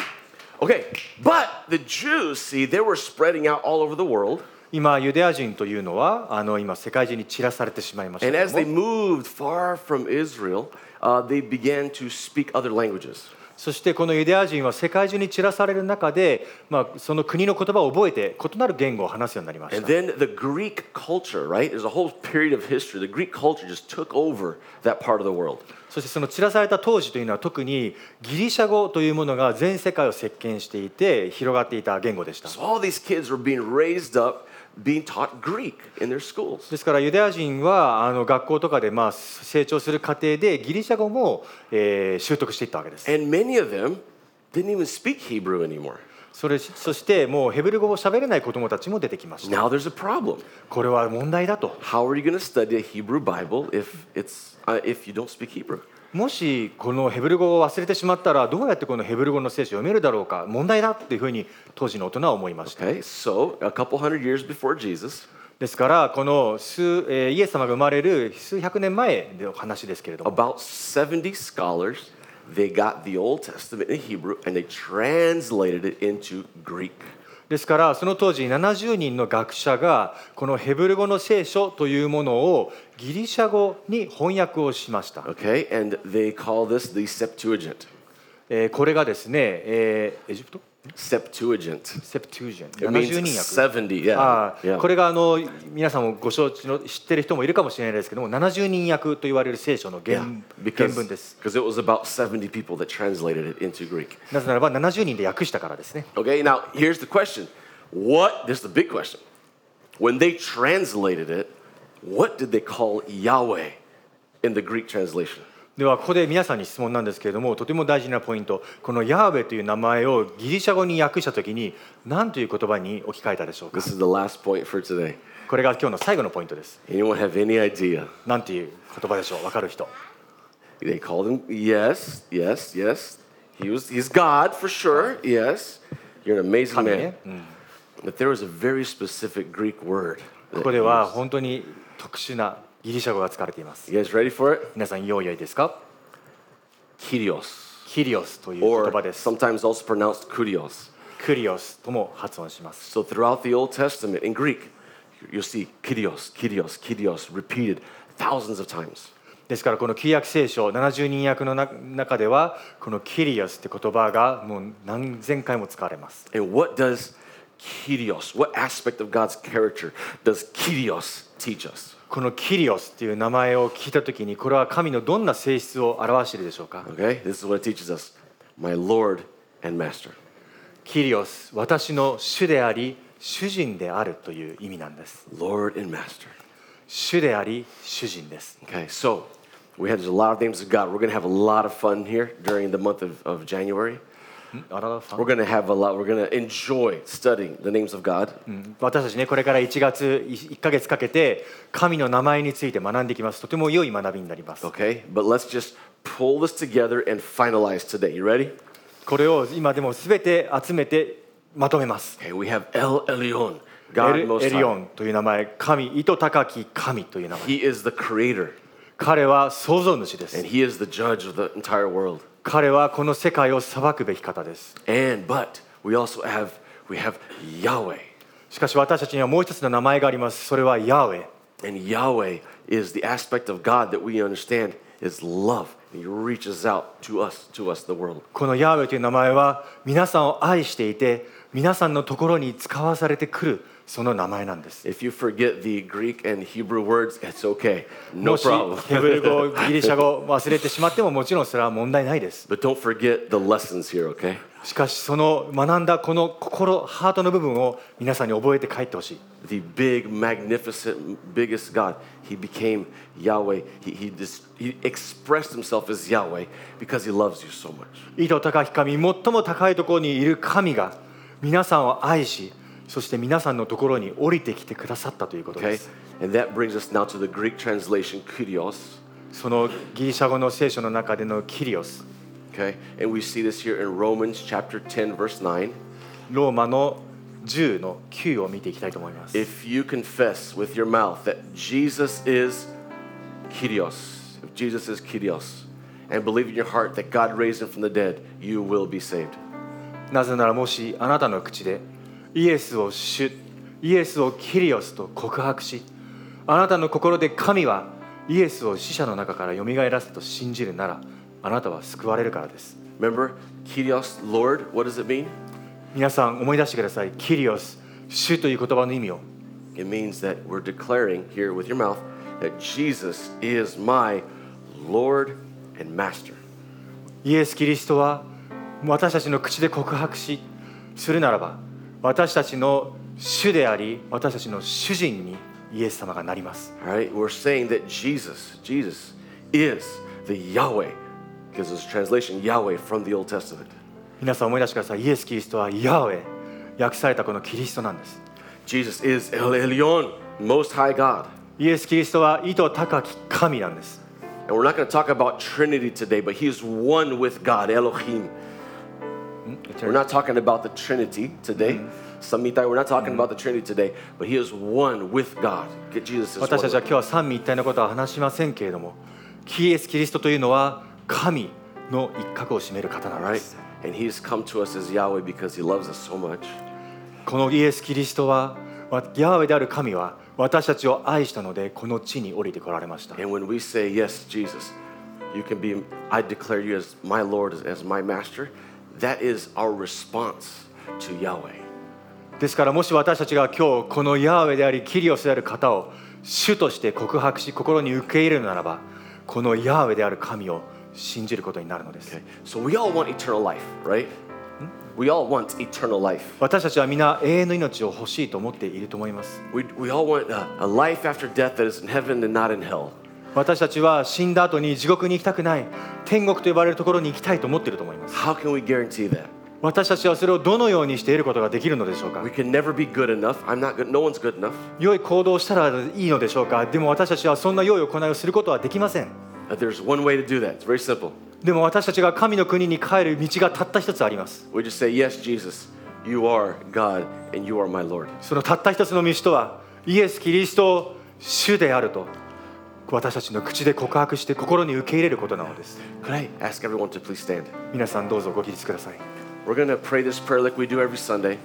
S1: okay, but the Jews, see, they were spreading out all over the world.
S2: 今ユダヤ人というのはあの今世界中に散らされてしまいました
S1: And
S2: け
S1: as
S2: ど
S1: they
S2: も
S1: moved far from Israel, uh, they began to speak other languages.
S2: そしてこのユダヤ人は世界中に散らされる中で、まあ、その国の言葉を覚えて異なる言語を話すようになりまし
S1: And
S2: た
S1: then the Greek culture, right? There's a whole period of history. The Greek culture just took over that part of the world.
S2: そしてその散らされた当時というのは特にギリシャ語というものが全世界を席巻していて広がっていた言語でした
S1: So all these kids were being raised up, being taught Greek in their schools.
S2: ですからユダヤ人はあの学校とかでまあ成長する過程でギリシャ語も、えー習得していったわけです
S1: And many of them didn't even speak Hebrew anymore.
S2: それそしてもうヘブル語を喋れない子どもたちも出てきました
S1: Now there's a problem.
S2: これは問題だと
S1: How are you going to study a Hebrew Bible if, it's, uh, if you don't speak Hebrew?
S2: もしこのヘブル語を忘れてしまったらどうやってこのヘブル語の聖書を読めるだろうか問題だっていうふうに当時の大人は思いました
S1: Okay, so a couple hundred years before Jesus,
S2: ですからこの数、えーイエス様が生まれる数百年前の話ですけれども
S1: about 70 scholars, they got the Old Testament in Hebrew and they translated it into Greek.
S2: ですからその当時70人の学者がこのヘブル語の聖書というものをギリシャ語に翻訳をしました、
S1: Okay, and they call this the Septuagint.
S2: えーこれがですね、えーエジプト
S1: Septuagint.
S2: セプトゥージェン
S1: It
S2: 70
S1: means
S2: 人訳
S1: 70. Yeah.
S2: ああ
S1: yeah.
S2: これがあの皆さんもご承知の知ってる人もいるかもしれないですけども70人訳と言われる聖書の原
S1: yeah.
S2: 原
S1: Because
S2: 文です。
S1: because it was about 70 people that translated it into Greek.
S2: なぜならば70人で訳したからですね。
S1: Okay, now here's the question. What, this is the big question. When they translated it, what did they call Yahweh in the Greek translation?
S2: ではここで皆さんに質問なんですけれどもとても大事なポイントこのヤーウェという名前をギリシャ語に訳した時に何という言葉に置き換えたでしょうか
S1: This is the last point for today.
S2: これが今日の最後のポイントです。
S1: Anyone have any idea?
S2: 何という言葉でしょう分かる人
S1: They called him yes, yes, yes. He was he's God for sure. Yes. You're an amazing
S2: 神
S1: man.
S2: ね、
S1: But there was a very specific Greek word.
S2: こ
S1: that
S2: こでは本当に特殊なギリシャ語が使われています。
S1: You guys ready for it?
S2: 皆さん用意はいいですか
S1: Kyrios.
S2: キリオスという言葉
S1: Or
S2: です。
S1: sometimes also pronounced kurios.
S2: クリオスとも発音します。
S1: So throughout the Old Testament in Greek, you'll see kyrios, kyrios, kyrios repeated thousands of times.
S2: ですからこの旧約聖書70人訳のな中ではこのキリオスって言葉がもう何千回も使われます。
S1: And what does kyrios, what aspect of God's character does kyrios teach us?
S2: このキリオスっていう名前を聞いた時にこれは神のどんな性質を表しているでしょうか
S1: Okay? This is what it teaches us. My Lord and Master.
S2: キリオス私の主であり主人であるという意味なんです。
S1: Lord and Master.
S2: 主であり主人です。
S1: Okay, so we had a lot of names of God. We're gonna have a lot of fun here during the month of, of January.
S2: あらら
S1: We're gonna have a lot, we're gonna enjoy studying the names of God.
S2: Mm. 私たちねこれから1月1ヶ月かけて神の名前について学んでいきます。とても良い学びになります。
S1: Okay, but let's just pull this together and finalize today. You ready?
S2: これを今でもすべて集めてまとめます。
S1: Okay, we have El Elyon,
S2: エ
S1: God
S2: ル
S1: Most
S2: エリオ
S1: High.
S2: ンという名前、神、糸高き神という名前。
S1: He is the creator
S2: 彼は創造主で
S1: and
S2: す。
S1: he is the judge of the entire world.
S2: 彼はこの世界を裁くべき方です。
S1: And but we also have we have Yahweh.
S2: しかし私たちにはもう一つの名前があります。それはヤーウェ。
S1: And Yahweh is the aspect of God that we understand is love. He reaches out to us, to us, the world.
S2: このヤーウェという名前は皆さんを愛していて、皆さんのところに使わされてくるその名前なんです。
S1: If you forget the Greek and Hebrew words, it's okay. No
S2: もし
S1: problem.
S2: ヘブル語、ギリシャ語を忘れてしまってももちろんそれは問題ないで す。
S1: but don't forget the lessons here, okay?
S2: しかしその学んだこの心、ハートの部分を皆さんに覚えて帰ってほしい。
S1: The big, magnificent, biggest God. He became Yahweh. He, he, dis- he expressed himself as Yahweh because he loves you so much.
S2: 井戸高き神最も高いところにいる神が皆さんを愛しそして皆さんのところに降りてきてくださったということで
S1: Okay?
S2: す、
S1: And that brings us now to the Greek translation, kurios.
S2: そのギリシャ語の聖書の中でのキリオス
S1: Okay? And we see this here in Romans chapter 10, verse 9.
S2: ローマの10の9を見ていきたいと思います。
S1: If you confess with your mouth that Jesus is Kyrios, if Jesus is Kyrios, and believe in your heart that God raised him from the dead, you will be saved.
S2: なぜならもしあなたの口でイエスを主イエスをキリオスと告白しあなたの心で神はイエスを死者の中からよみがえらせたと信じるならあなたは救われるからです
S1: Remember, Kyrios, Lord, what does it mean?
S2: 皆さん思い出してくださいキリオス主という言葉の意味を
S1: It means that we're declaring here with your mouth that Jesus is my Lord and Master.
S2: イエス・キリストは私たちの口で告白しするならば私たちの主であり私たちの主人にイエス様がなります
S1: All right, we're saying that Jesus, Jesus is the Yahweh, because it's translation Yahweh from the Old Testament.
S2: 皆さん思い出してくださいイエス・キリストはヤーウェ訳されたこのキリストなんです
S1: Jesus is El Elyon, Most High God.
S2: イエス・キリストは意図高き神なんです
S1: And we're not going to talk about Trinity today, but He is one with God, Elohim. We're not talking about the Trinity today. Some mitai, we're not talking about the Trinity today, but He is one with God. Get Jesus is one
S2: 私
S1: with
S2: たちは今日は三位一体のことは話しませんけれどもイエス・キリストというのは神の一角を占める方
S1: All
S2: なん
S1: right?
S2: です、
S1: And He's come to us as Yahweh because He loves us so much.
S2: このイエス・キリストはわヤーウェである神は私たちを愛したのでこの地に降りてこられました
S1: And when we say, Yes, Jesus, you can be, I declare you as my Lord, as- as my Master, that is our response to Yahweh.
S2: ですからもし私たちが今日このヤーウェでありキリオスである方を主として告白し心に受け入れるならばこのヤーウェである神を信じることになるのです、
S1: Okay? So we all want eternal life, right? We all want eternal life.
S2: 私たちは皆永遠の命を欲しいと思っていると思います
S1: We, we all want a, a life after death that is in heaven and not in hell.
S2: 私たちは死んだ後に地獄に行きたくない天国と呼ばれるところに行きたいと思っていると思います
S1: How can we guarantee that?
S2: 私たちはそれをどのようにして得ることができるのでしょうか
S1: We can never be good enough. I'm not good. No one's good enough.
S2: 良い行動をしたらいいのでしょうかでも私たちはそんな良い行いをすることはできません
S1: But there's one way to do that. It's very simple.
S2: でも私たちが神の国に帰る道がたった一つあります
S1: We just say, Yes, Jesus, you are God and you are my Lord.
S2: そのたった一つの道とはイエス・キリストを主であると私たちの口で告白して心に受け入れることなのです
S1: Could I ask everyone to please stand?
S2: 皆さんどうぞご起立ください
S1: We're going to pray this prayer like we do every Sunday.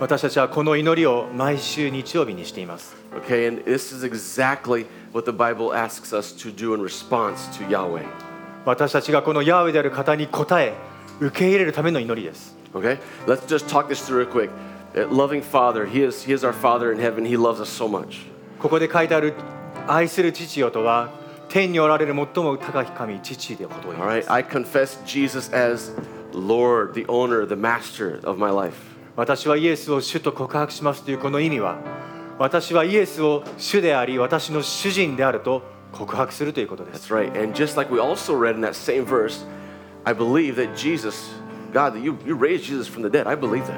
S2: 私たちはこの祈りを毎週日曜日にしています
S1: Okay, and this is exactly what the Bible asks us to do in response to Yahweh.
S2: 私たちがこのヤーウェである方に応え受け入れるための祈りです
S1: Okay? Let's just talk this through real quick. Uh, Loving Father, He is, he is our Father in heaven. He loves us so much.
S2: ここで書いてある「愛する父よ」とは天におられる最も高き神父でことを言い
S1: All
S2: ます
S1: right, I confess Jesus as Lord, the owner, the master of my life.
S2: 私はイエスを主と告白しますというこの意味は私はイエスを主であり私の主人であると告白するということです
S1: That's right. And just like we also read in that same verse, I believe that Jesus, God, that you, you raised Jesus from the dead. I believe that.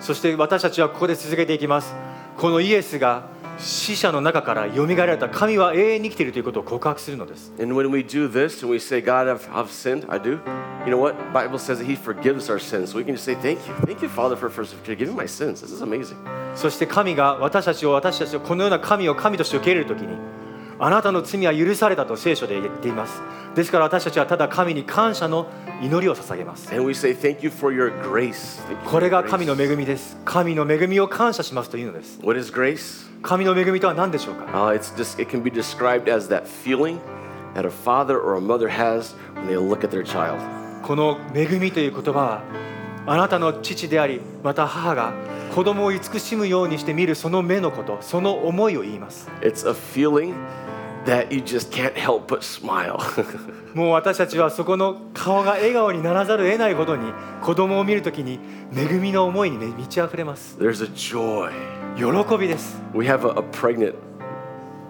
S2: そして私たちはここで続けていきますこのイエスが死者の中からよみがえられた神は永遠に生きているということを告白するのです
S1: And when we do this and we say, God, I've, I've sinned, I do, you know what? Bible says that He forgives our sins. So we can just say, Thank you. Thank you, Father, for, for forgiving my sins. This is amazing.
S2: そして神が私たちを私たちをこのような神を神として受け入れるときにあなたの罪は許されたと聖書で言っていますですから私たちはただ神に感謝の祈りを捧げます
S1: And we say, Thank you for your grace. Thank you
S2: こ
S1: for
S2: れ
S1: your
S2: が神
S1: grace.
S2: の恵みです神の恵みを感謝しますというのです
S1: What is grace?
S2: 神の恵みとは何でしょうか
S1: Uh, it's just, it can be described as that feeling that a father or a mother has when they look at their child.
S2: この「恵み」という言葉はあなたの父でありまた母が子供を慈しむようにして見るその目のことその思いを言います
S1: It's a feeling that you just can't help but smile.
S2: もう私たちはそこの顔が笑顔にならざるを得ないほどに子供を見るときに恵みの思いにね満ち溢れます
S1: There's a joy.
S2: 喜びです
S1: We have a, a pregnant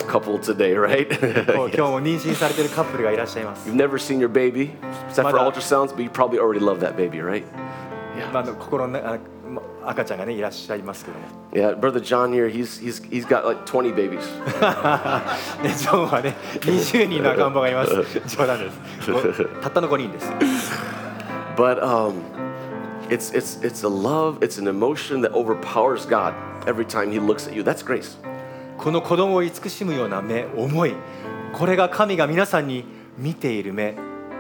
S1: couple today, right?
S2: こう今日も妊娠されているカップルがいらっしゃいます
S1: You've never seen your baby, except for
S2: Mother.
S1: ultrasounds, but you probably already love that baby, right? Yeah.
S2: まああの心の中あま赤ちゃんがねいらっしゃいますけども
S1: Yeah, brother John here, he's he's he's got like 20 babies.
S2: ねジョンはね20人の赤ん坊がいます冗談 ですごたったの5人です
S1: But um, it's it's it's a love, it's an emotion that overpowers God every time He looks at you. That's grace.
S2: この子供を慈しむような目思いこれが神が皆さんに見ている目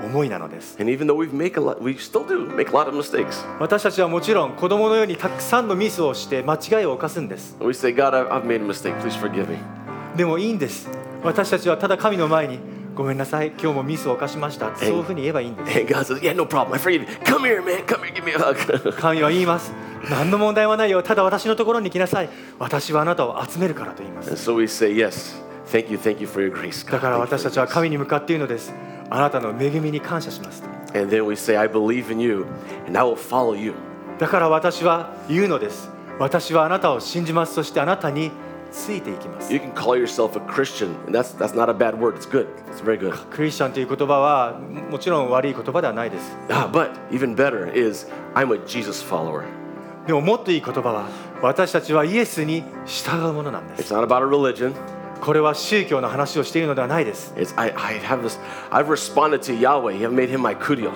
S2: 思いなのです
S1: And even though we've make a lot, we still do make a lot of mistakes.
S2: 私たちはもちろん子供のようにたくさんのミスをして間違いを犯すんです
S1: We say, God, I- I've made a mistake. Please forgive me.
S2: でもいいんです私たちはただ神の前にごめんなさい今日もミスを犯しましたそういうふうに言えばいいんです
S1: And God says, Yeah, no problem. I forgive you. Come here, man. Come here. Give me a hug.
S2: 神は言います何の問題はないよただ私のところに来なさい私はあなたを集めるからと言います
S1: and so we say, Yes. Thank you. Thank you for your grace.
S2: だ
S1: God.
S2: から
S1: Thank you
S2: 私
S1: for
S2: たち
S1: your
S2: は神に向かって言うのですあなたの恵みに感謝します
S1: grace." And then we say, I believe in you, and I will follow you.
S2: だから私は言うのです私はあなたを信じますそしてあなたについていきます
S1: You can call yourself a Christian, and that's that's not a bad word. It's good. It's very good.
S2: クリスチャンという言葉はももちろん悪い言葉ではないです
S1: Ah, but even better is I'm a Jesus follower.
S2: でももっといい言葉は私たちはイエスに従うものなんで
S1: It's
S2: す
S1: not about a religion.
S2: これは宗教の話をしているのではないです
S1: It's I, I have this. I've responded to Yahweh. I've made him my kurios.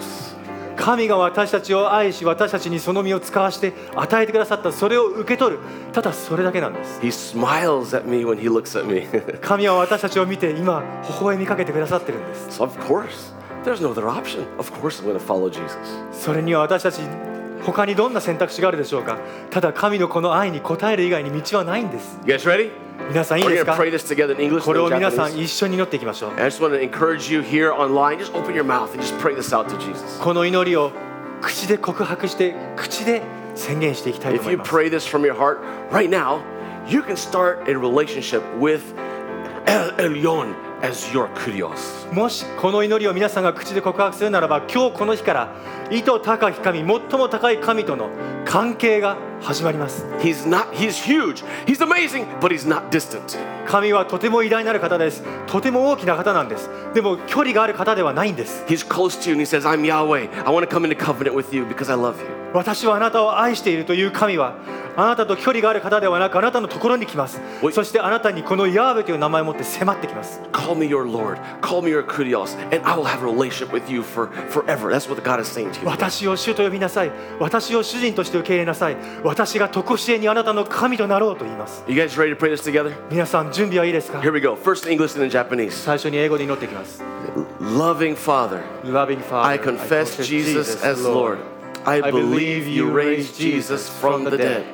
S2: 神が私たちを愛し私たちにその身を使わして与えてくださったそれを受け取るただそれだけなんです
S1: He smiles at me when he looks at me.
S2: 神は私たちを見て今微笑みかけてくださってるんです
S1: so of course, there's no other option. Of course, I'm going to follow Jesus.
S2: それには私たち他にどんな選択肢があるでしょうかただ神のこの愛に応える以外に道はないんです
S1: You guys ready?
S2: 皆さんいい
S1: We're
S2: です
S1: going to
S2: か
S1: pray this together in English
S2: こ
S1: and
S2: れを
S1: in
S2: 皆さん
S1: Japanese.
S2: 一緒に祈っていきましょう
S1: And I just want to encourage you here online. Just open your mouth and just pray this out to Jesus.
S2: この祈りを口で告白して口で宣言していきたいと
S1: If
S2: 思い
S1: you
S2: ます
S1: pray this from your heart right now, you can start a relationship with El Elyon as your kurios.
S2: もしこの祈りを皆さんが口で告白するならば今日この日から意図高き神最も高い神との関係が始まります
S1: He's not, he's huge, he's amazing, but he's not distant.
S2: 神はとても偉大なる方ですとても大きな方なんですでも距離がある方ではないんです
S1: He's close to you and he says, I'm Yahweh. I want to come into covenant with you because I love you.
S2: 私はあなたを愛しているという神はあなたと距離がある方ではなくあなたのところに来ます
S1: おい
S2: そしてあなたにこのヤーベという名前を持って迫ってきます
S1: Call me your Lord. Call me your Kurios, and I will have a relationship with you for forever. That's what God is saying to you.
S2: 私を主と呼びなさい私を主人として受け入れなさい私が常しえにあなたの神となろうと言います
S1: You guys ready to pray this together?
S2: 皆さん準備はいいですか
S1: Here we go. First in English and in Japanese.
S2: 最初に英語で祈っていきます。
S1: Loving Father,
S2: Loving Father,
S1: I confess Jesus as Lord. I believe you raised Jesus from the dead.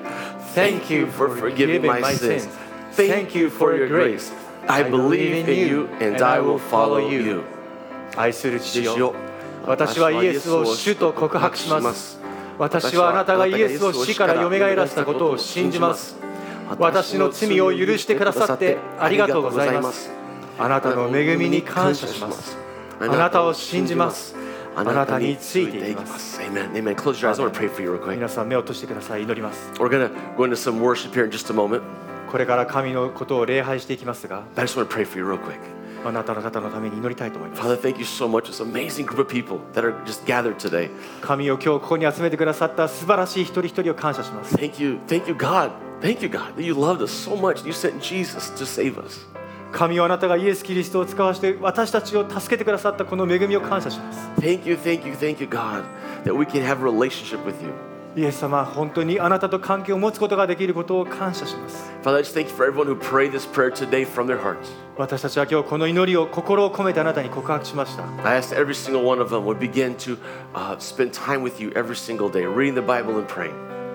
S1: Thank you for forgiving my sins. Thank you for your grace. I believe in you and I will follow you.
S2: 愛する父
S1: 父よ
S2: よ私はイエスを主と告白します私はあなたがイエスを死からよみがえらせたことを信じます私の罪を許してくださってありがとうございますあなたの恵みに感謝しますあなたを信じますあなたについていきます
S1: Amen. Amen. Close your eyes. I want to pray for you real quick.
S2: 皆さん目を閉じてください祈ります
S1: We're going to go into some worship here in just a moment.
S2: これから神のことを礼拝していきますが
S1: I just want to pray for you real quick.
S2: あなたの方のために祈りたいと思います
S1: Father, thank you so much. This amazing group of people that are just gathered today.
S2: 神を今日ここに集めてくださった素晴らしい一人一人を感謝します
S1: Thank you. Thank you, God. Thank you, God, that you loved us so much. You sent Jesus to save us.
S2: 神はあなたがイエス・キリストを使わして私たちを助けてくださったこの恵みを感謝します
S1: Thank you, thank you, thank you, God, that we can have a relationship with you.
S2: イエス様本当にあなたと関係を持つことができることを感謝します
S1: Father, I just thank you for everyone who prayed this prayer today from their hearts.
S2: 私たちは今日この祈りを心を込めてあなたに告白しました
S1: I ask that every single one of them would begin to uh, spend time with you every single day, reading the Bible and praying.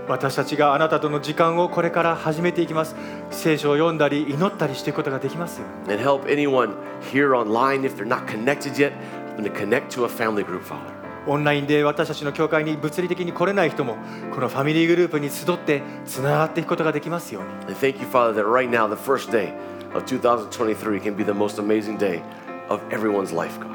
S2: 私たちがあなたとの時間をこれから始めていきます聖書を読んだり祈ったりしていくことができますように
S1: And help anyone here online, if they're not connected yet, and to connect to a family group, Father.
S2: オンラインで私たちの教会に物理的に来れない人もこのファミリーグループに集ってつながっていくことができますように
S1: And thank you, Father, that right now, the first day of 2023 can be the most amazing day of everyone's life, God.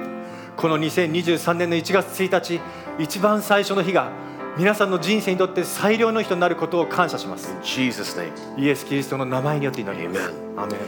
S2: この2023年の1月1日一番最初の日が皆さんの人生にとって最良の日となることを感謝します
S1: In Jesus' name,
S2: イエス・キリストの名前によって祈ります
S1: Amen.
S2: アメン